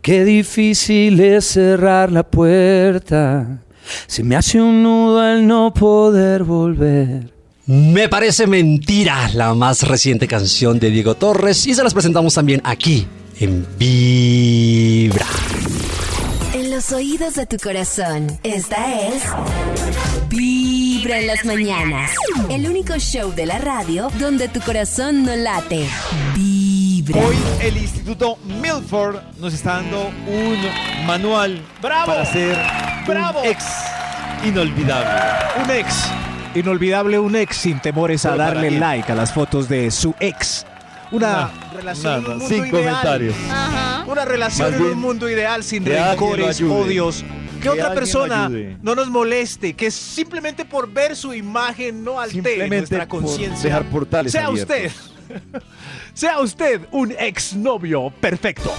R: Qué difícil es cerrar la puerta. Se me hace un nudo al no poder volver.
N: Me parece mentira la más reciente canción de Diego Torres y se las presentamos también aquí en Vibra.
G: En los oídos de tu corazón, esta es Vibra en las mañanas. El único show de la radio donde tu corazón no late.
A: Hoy el Instituto Milford nos está dando un manual para ser un ex inolvidable.
C: Un ex. Inolvidable un ex sin temores a
A: Pero para
C: darle
A: quién.
C: like a las fotos de su ex. Una relación en un
A: nada,
C: mundo
A: sin
C: ideal.
A: comentarios.
C: Una relación
A: Más
C: en un
A: bien,
C: mundo ideal sin
A: que alguien lo
C: rencores,
A: ayude.
C: odios.
A: Que
C: Que otra
A: alguien lo
C: persona
A: ayude.
C: no nos moleste, que simplemente por ver su imagen no altere
A: Simplemente
C: nuestra
A: por
C: conciencia.
A: dejar portales
C: Sea
A: abiertos.
C: usted, sea usted un exnovio perfecto.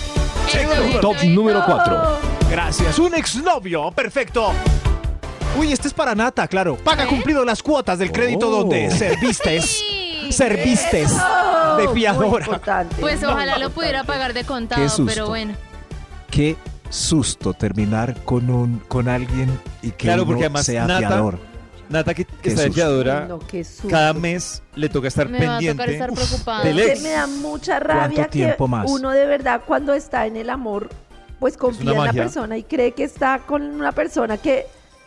O: Top número 4.
C: Gracias, un exnovio perfecto. Uy, este es para Nata, claro.
J: ¿Eh?
C: Paga cumplido las cuotas del crédito
A: Oh.
C: donde serviste.
J: (laughs)
C: serviste
B: Eso.
C: de fiadora.
B: Pues
C: No,
B: ojalá
C: no.
B: lo pudiera pagar de
C: Qué
B: contado,
C: susto.
B: pero bueno.
C: Qué susto terminar con un con alguien y que
A: claro,
C: uno
A: porque además
C: sea
A: Nata,
C: fiador.
A: Nata que, que
C: Qué
A: está de
C: susto.
A: fiadora,
D: No, qué susto.
A: cada mes le toca estar
D: Me va a
A: pendiente
D: tocar estar
A: uf,
D: preocupada.
A: del
D: Se
A: ex.
D: me da mucha
A: ¿Cuánto
D: rabia que
A: tiempo más?
D: uno de verdad cuando está en el amor, pues confía
A: una
D: en la
A: magia.
D: persona y cree que está con una persona que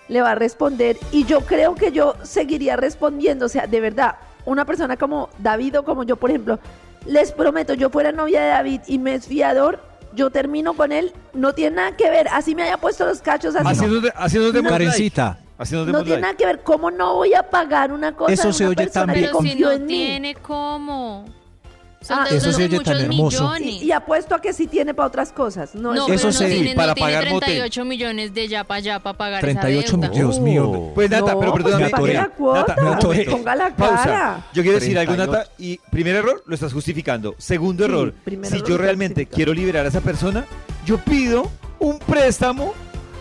D: le va a responder y yo creo que yo seguiría respondiendo, o sea, de verdad, una persona como David o como yo, por ejemplo, les prometo, yo fuera novia de David y me es fiador, yo termino con él, no tiene nada que ver, así me haya puesto los cachos así.
A: Haciéndote, haciéndote
C: No. Karencita.
D: No tiene nada que ver, ¿cómo no voy a pagar una cosa?
C: Eso
D: de
C: se
D: una
C: oye tan
D: persona que
C: bien.
J: Pero si
D: confió
J: no
D: en mí?
J: tiene cómo. Son
D: Pues Ah,
J: deudas
C: eso se
J: de
C: oye tan
J: muchos
C: hermoso.
J: millones.
D: Y, y apuesto a que sí tiene para otras cosas. No,
J: No,
D: es-
J: pero
C: Eso
J: no
C: sí,
J: tiene, no
C: para
J: tiene
C: pagar motel.
J: 38 millones de ya para allá para pagar
C: 38
J: esa deuda.
C: millones. Dios mío.
A: Pues Nata,
D: No,
A: pero
D: pues
A: perdóname.
C: pague la
D: cuota,
A: un
C: pague,
A: momento.
D: ponga la
A: Pausa.
D: cara.
A: Yo quiero decir algo,
C: 38.
A: Nata, y primer error, lo estás justificando. Segundo
D: Sí,
A: error,
D: primer
A: si
D: error
A: yo
D: lo
A: realmente
D: justificas.
A: quiero liberar a esa persona, yo pido un préstamo,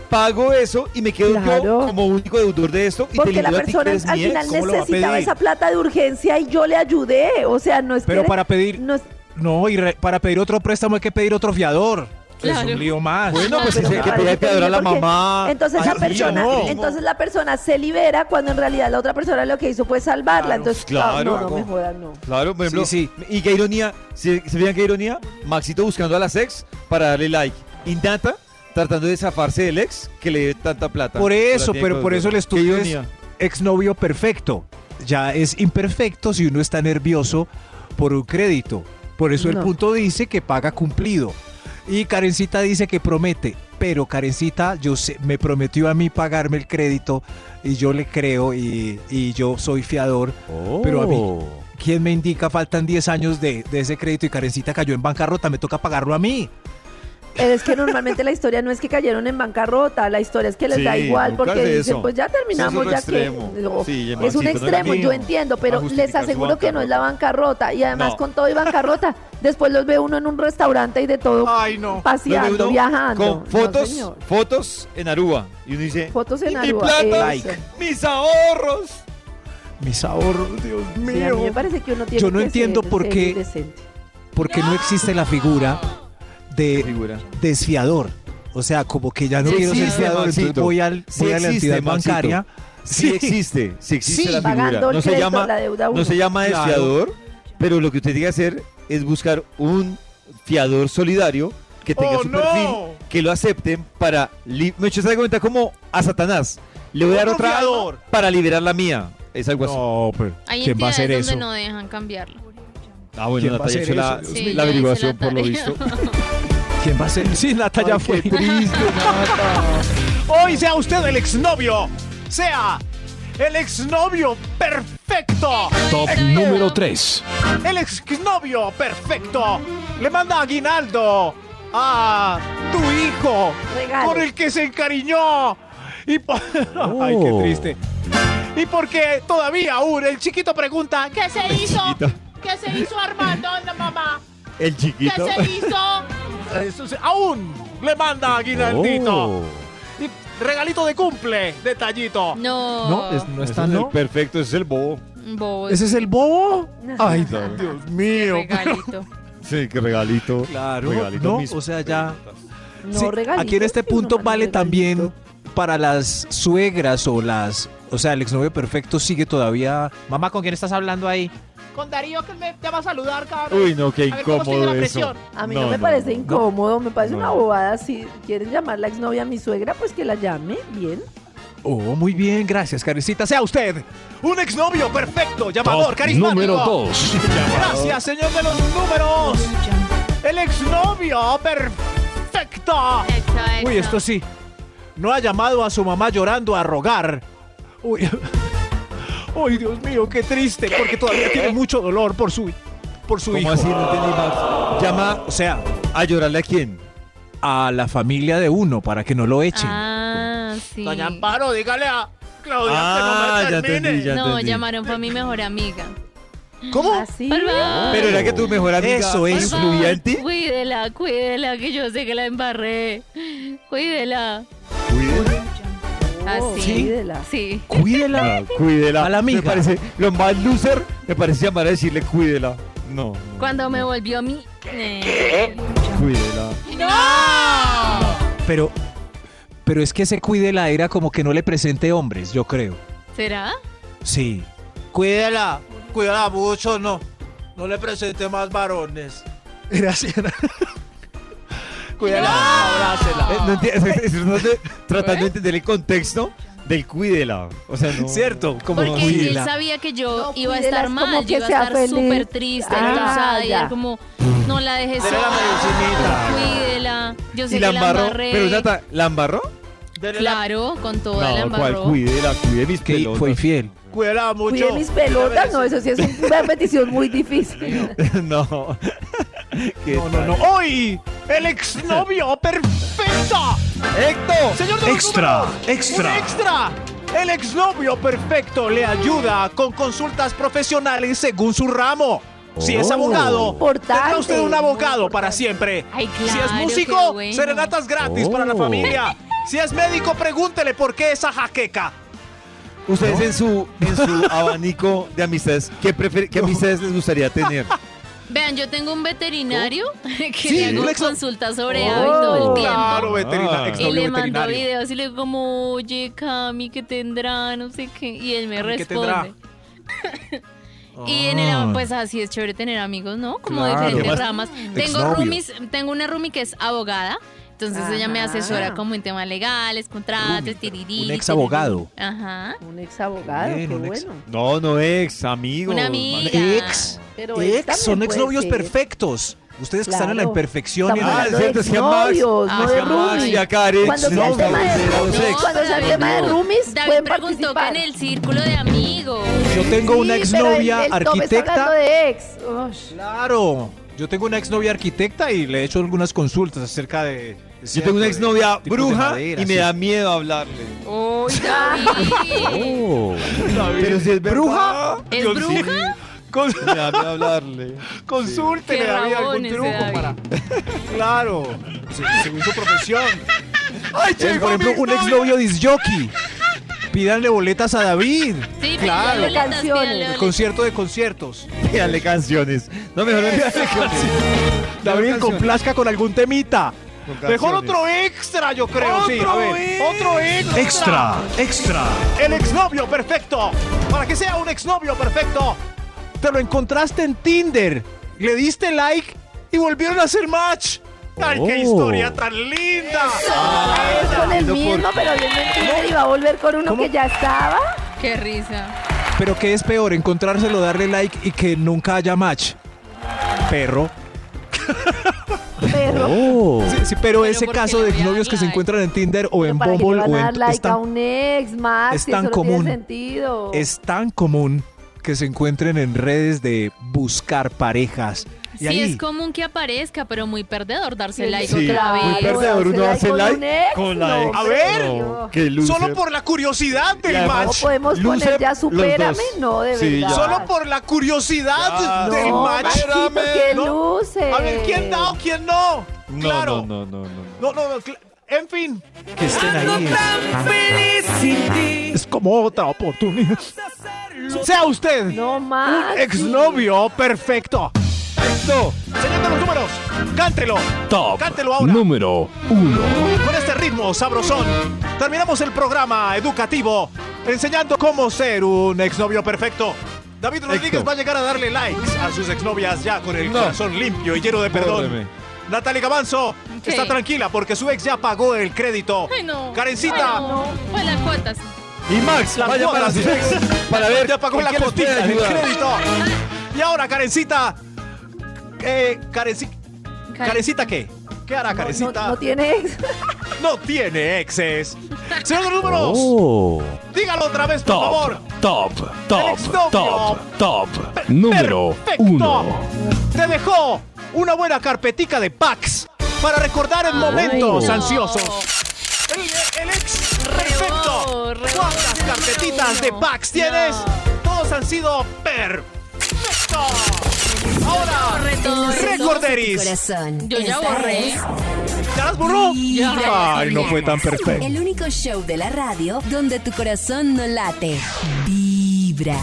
A: pago eso y me quedo
D: Claro.
A: yo como único deudor de esto y te
D: Porque la
A: libero a ti que
D: persona
A: eres
D: al
A: mi ex.
D: final
A: ¿Cómo lo va a
D: necesitaba
A: pedir?
D: esa plata de urgencia y yo le ayudé. O sea, no es
C: Pero para pedir
D: No es-
C: no y re- para pedir otro préstamo hay que pedir otro fiador. Es un lío más.
A: Bueno, pues
D: Pero
A: es el que
D: claro,
A: tenía que
D: porque-
A: adorar a la
D: porque
A: mamá.
D: Entonces la
A: Ay, Ah, sí,
D: persona,
A: no.
D: entonces la persona se libera cuando en realidad la otra persona lo que hizo fue salvarla. entonces, ah,
A: claro.
D: no, no me jodan, no.
A: Claro, por ejemplo. Y qué ironía, ¿se, se fijan qué ironía? Maxito buscando a las ex para darle like. Y Nata tratando de zafarse del ex que le dé tanta plata.
C: Por eso,
A: Pero la tiene
C: pero
A: con-
C: por eso el
A: Qué
C: estudio es
A: ironía.
C: exnovio perfecto. Ya es imperfecto si uno está nervioso por un crédito. Por eso el
A: No.
C: punto dice que paga cumplido. Y Karencita dice que promete. Pero Karencita yo sé- me prometió a mí pagarme el crédito y yo le creo y, y yo soy fiador. Pero a mí,
A: Oh.
C: ¿quién me indica? Faltan 10 años de, de ese crédito y Karencita cayó en bancarrota, me toca pagarlo a mí.
D: Pero Eh, es que normalmente la historia no es que cayeron en bancarrota, la historia es que les
C: Sí,
D: da igual
C: nunca
D: porque
C: hace
D: dicen,
C: eso.
D: pues ya
C: Eso es
D: terminamos,
C: otro
D: ya
C: extremo.
D: que No,
C: Sí,
D: es
C: Maxito,
D: un
C: no es
D: extremo,
C: mío.
D: yo entiendo,
C: A
D: pero
C: justificar
D: les
C: su
D: aseguro que no es la bancarrota y además
A: No.
D: con todo y bancarrota, (laughs) después los ve uno en un restaurante y de todo
A: Los ve
D: paseando,
A: uno
D: viajando.
A: Con fotos,
D: No, señor.
A: fotos en Aruba. Y uno dice,
D: Fotos en
A: "Y
D: Aruba,
A: Mi plata,
D: eso.
A: mis ahorros.
C: Mis ahorros, Dios mío.
D: Sí, a mí me parece que uno tiene
C: Yo no
D: que
C: entiendo
D: ser-
C: por
D: ser
C: qué-
D: decente.
C: porque no existe la figura de desfiador. O sea, como que ya Ah, no
A: Sí
C: quiero ser
A: existe,
C: fiador, entonces
A: Maxito.
C: voy, al,
A: Sí
C: voy a la
A: existe,
C: entidad
A: Maxito.
C: bancaria.
A: Sí existe, sí existe la figura.
D: Pagando el
A: No se,
D: crédito,
A: llama,
D: la deuda
A: no
D: uno.
A: se llama
D: Claro.
A: desfiador, pero lo que usted tiene que hacer es buscar un fiador solidario que tenga
C: ¡Oh,
A: su
C: no!
A: perfil, que lo acepten para... li- Me echó esa cuenta como a Satanás. Le voy a dar
J: Otro
A: otra
J: fiador.
A: alma para liberar la mía. Es algo así.
C: No, pero
J: Hay
A: ¿quién
J: entidades
A: va a hacer
J: donde
A: eso?
J: no dejan cambiarlo.
A: Ah, bueno,
C: ¿Quién va a
A: Natalia
C: hacer
A: hizo la,
C: eso?
J: Sí,
A: la
J: ya hizo
A: averiguación
J: la
A: por lo
J: tarea.
A: visto.
J: (laughs)
C: ¿Quién va a ser? Sí, Nata ya fue. Hoy sea usted el exnovio. Sea el exnovio perfecto.
O: Top número 3.
C: El exnovio perfecto le manda aguinaldo a tu hijo por el que se encariñó. Y por- (laughs) Ay, qué triste. Y porque todavía aún el chiquito pregunta, ¿qué se hizo?
K: ¿Qué se hizo Armando la mamá?
A: El
K: ¿Qué
A: chiquito.
K: se hizo?
C: Eso sí, aún le manda aguinaldito.
A: Oh.
C: Y regalito de cumple, detallito.
J: No.
A: no es tan el perfecto, ese es el bobo.
J: Bobo.
C: ¿Ese es el bobo? Ay,
A: Claro.
C: Dios mío.
K: (laughs)
J: Regalito.
A: Sí, qué regalito.
C: Claro,
A: regalito
C: ¿no?
A: mis
C: O sea, ya.
D: No,
C: Sí,
D: regalito,
C: aquí en este
D: sí, uno
C: punto
D: manda
C: vale
D: regalito.
C: también para las suegras o las. O sea, el exnovio perfecto sigue todavía. Mamá, ¿con quién estás hablando ahí?
K: Con Darío que me, te va a saludar, cabrón.
C: Uy, no, qué
K: A ver cómo sigue
C: incómodo
K: la
C: eso.
K: presión.
D: A mí
C: No,
D: no, me
C: no,
D: parece
C: no.
D: incómodo, me parece
C: No.
D: una bobada. Si quieren llamar la exnovia a mi suegra, pues que la llame, bien.
C: Oh, muy bien, gracias, Karencita. Sea usted un exnovio perfecto, llamador,
O: Top
C: carismático.
O: número dos.
C: Gracias, señor de los números. El exnovio perfecto. Uy, esto sí. No ha llamado a su mamá llorando a rogar. Uy, (laughs) Uy Dios mío, qué triste, porque todavía tiene mucho dolor por su, por su
A: ¿Cómo
C: hijo.
A: así? No entendí, Max. Llama,
C: o sea,
A: ¿a llorarle a quién?
C: A la familia de uno, para que no lo echen.
J: Ah, sí.
K: Doña Amparo, dígale a Claudia
C: Ah,
K: que no
C: ya
K: me termine.
C: entendí, ya
J: no,
C: entendí.
J: llamaron fue mi mejor amiga.
C: ¿Cómo?
J: Así.
A: Pero era que tu mejor amiga
C: Eso es.
A: influía en ti.
J: Cuídela, cuídela, que yo sé que la embarré. Cuídela. Así.
K: Oh.
D: ¿Sí? cuídela.
J: Sí.
C: Cuídela.
A: Ah, cuídela.
C: A la amiga.
A: Me parece, lo más loser me parecía llamar a decirle cuídela. No,
J: Cuando me volvió mi. eh,
A: cuídela.
C: Pero, pero es que se cuide la era como que no le presente hombres, yo creo.
J: ¿Será?
C: Sí. Cuídela, cuídela mucho, no. No le presente más varones. Gracias. cuídela, abrácela.
A: (laughs) Eh, no enti- es- es- no te- tratando de entender el contexto del cuídela. O sea, no.
C: Cierto, como
J: Porque él
A: cuídela.
J: sabía que yo
D: No,
J: iba a
D: cuídela,
J: estar
D: es
J: mal,
D: como
J: yo
D: que
J: iba a
D: sea
J: estar
D: feliz.
J: súper triste,
D: Ah,
J: entusada, y
D: ya.
J: era como, no la dejes
C: Dele la
J: sola,
C: medicinita.
J: cuídela, yo sé
A: y la
J: que la
A: embarró.
J: embarré,
A: Pero Nata, ¿la embarró?
J: claro, con toda la
A: no, cuál,
J: embarró.
A: cuídela, cuide mis
C: Que
A: pelotas.
C: fue infiel.
K: Cuídela mucho.
D: Cuide mis pelotas, no, eso sí es una petición muy difícil.
A: (laughs) no. ¿Qué
C: No, no,
A: tal?
C: no. Hoy, el exnovio perfecto.
A: ¡Héctor!
C: Señor de los
O: Extra,
C: números,
O: extra.
C: un extra. El exnovio perfecto le ayuda con consultas profesionales según su ramo. Si es
O: Oh.
C: abogado, tendrá usted un
D: Importante.
C: abogado para siempre.
J: Ay,
C: si es
J: claro,
C: músico,
J: qué bueno.
C: serenatas gratis para la
A: Oh.
C: familia. Si es médico, pregúntele por qué esa jaqueca. (laughs)
A: Ustedes en su en su abanico de amistades, ¿qué, prefer- qué amistades les gustaría tener?
B: Vean, yo tengo un veterinario (laughs) que
C: Sí,
B: le hago
C: un exo-
B: consultas sobre
C: Oh,
B: aves todo el tiempo.
C: claro, veterina-
B: Ah.
C: exnovio
B: Y le mando
C: veterinario.
B: videos y le digo como, oye, Cami, ¿qué tendrá? No sé qué. Y él me
C: Cami, ¿qué tendrá?
B: responde. Y en
C: Ah.
B: el, pues así es chévere tener amigos, ¿no? Como
C: Claro.
B: diferentes
C: Además,
B: ramas. Tengo
C: exnovios.
B: roomies, tengo una roomie que es abogada, entonces ella me
D: Ajá.
B: asesora como en temas legales, contratos, tirirí.
C: Un ex abogado.
B: Ajá.
D: Un ex abogado,
C: Bien,
D: qué
C: un ex-
D: bueno.
A: No, no ex, amigo.
B: Una amiga.
C: Ex.
D: Pero él
C: ex,
D: también
C: son
D: puede
C: exnovios
D: ser.
C: perfectos. Ustedes que están en la
D: Claro.
C: imperfección. y en
D: Estamos
C: la-
A: Ah,
D: hablando de exnovios, no de roomies. Cuando sea el tema de roomies, cuando sea el tema de roomies,
B: David
D: pueden
B: preguntó que
D: participar.
B: en el círculo de amigos.
C: Yo tengo una exnovia arquitecta.
D: de ex.
C: Claro. Yo tengo una exnovia arquitecta y le he hecho algunas consultas acerca de.
A: Yo tengo una exnovia bruja y me da
C: miedo hablarle.
D: (laughs)
B: ¡Uy, David!
A: Pero si es
C: Oh. ¿Bruja?
B: ¿Es
C: Yo sí.
B: bruja?
C: Con-
A: Me da miedo hablarle.
C: (laughs) Consúltele,
B: Qué
C: David, algún
B: rabones,
C: truco
B: David.
C: para. Claro. se- Según su profesión.
A: Ay,
C: Eh, por ejemplo, un exnovio disjockey. Pídanle boletas a David.
B: Sí,
C: claro. Oh.
B: pídanle boletas, Canciones. pídanle
C: El
B: boletas.
C: concierto de conciertos.
A: Pídale canciones. No, mejor no pídale canciones.
C: David, complazca con algún temita.
A: Con
C: Mejor
A: canciones.
C: otro extra, yo creo. sí, a ver. Otro extra.
F: Extra, extra.
C: El exnovio perfecto. Para que sea un exnovio perfecto. Te lo encontraste en Tinder. Le diste like y volvieron a hacer match. ¡Ay, qué
S: Oh.
C: historia tan linda! Ay,
S: Eso.
C: ella-
T: Con el mismo, pero yo no entiendo, y va a volver con uno que ya estaba.
B: ¡Qué risa!
C: Pero ¿qué es peor? Encontrárselo, darle like y que nunca haya match. Perro.
T: Perro.
C: Sí, sí, pero,
D: Pero
C: ese
D: ¿por qué
C: caso
D: le
C: de
D: voy a dar
C: novios que se
D: like?
C: encuentran en Tinder o en
D: ¿Para qué le
C: Bumble
D: van
C: o
D: a dar
C: en
D: like
C: es tan-
D: a un ex, Max?
C: es
D: Si
C: tan
D: eso no
C: común.
D: Tiene sentido.
C: es tan común que se encuentren en redes de buscar parejas. Y
B: Sí,
C: ahí,
B: es común que otra pero muy perdedor darse like
A: Sí,
B: otra vez.
A: muy perdedor uno hace like con la ex.
C: A ver,
A: No, qué loser.
C: solo por la curiosidad
A: Y
C: del
A: además,
C: match.
T: podemos
A: loser
T: poner ya
A: los
T: supérame?
A: dos.
T: No, de
A: Sí, ya.
T: verdad.
C: Solo por la curiosidad
A: Ya.
C: del
A: No,
C: match.
A: Maxito, qué
C: No.
T: loser.
C: A ver, ¿quién da o quién no?
A: No,
C: claro.
A: no, no, no, no.
C: No, no, no, cl- en fin.
A: Que estén ahí. Ah,
C: Es como otra oportunidad. Sea usted
T: no más.
C: un exnovio perfecto. Perfecto. Señor de los números, cántelo.
F: Top
C: Cántelo ahora.
F: número 1.
C: Con este ritmo sabrosón, terminamos el programa educativo enseñando cómo ser un exnovio perfecto. David Rodríguez va a llegar a darle likes a sus exnovias ya con el
A: No.
C: corazón limpio y lleno de perdón.
A: Córreme.
C: Natalia Gavanzo
B: ¿Qué?
C: está tranquila porque su ex ya pagó el crédito.
B: Ay, no.
C: Karencita.
B: Ay, no. Fue la cuota. sí.
A: Y Max,
C: La
A: vaya
C: cuota,
A: para,
C: sí.
A: su ex,
C: (laughs)
A: para ver.
C: Ya pagó la
A: quién les puede
C: cuotita del
A: ayudar.
C: crédito. Y ahora, Karencita. Eh, Karenci- ¿Karencita qué? ¿Qué hará
T: No,
C: Karencita?
T: no tiene ex.
C: (laughs) No tiene exes. Señor de los números,
F: Oh.
C: dígalo otra vez, por
F: Top,
C: favor.
F: top, top,
C: exnovio.
F: top, top. Número
C: Perfecto.
F: 1.
C: Te dejó una buena carpetica de packs para recordar en momentos ansiosos. El, el ex perfecto. ¿Cuántas carpetitas de packs tienes? Todos han sido perfectos. Ahora, recorderis.
G: Corazón.
B: Yo ya
G: Esta
B: borré.
G: es
C: ¿Ya las borró?
G: Vibra en las
C: Ay, no fue tan
G: mañanas.
C: perfecto.
G: El único show de la radio donde tu corazón no late. Vibra.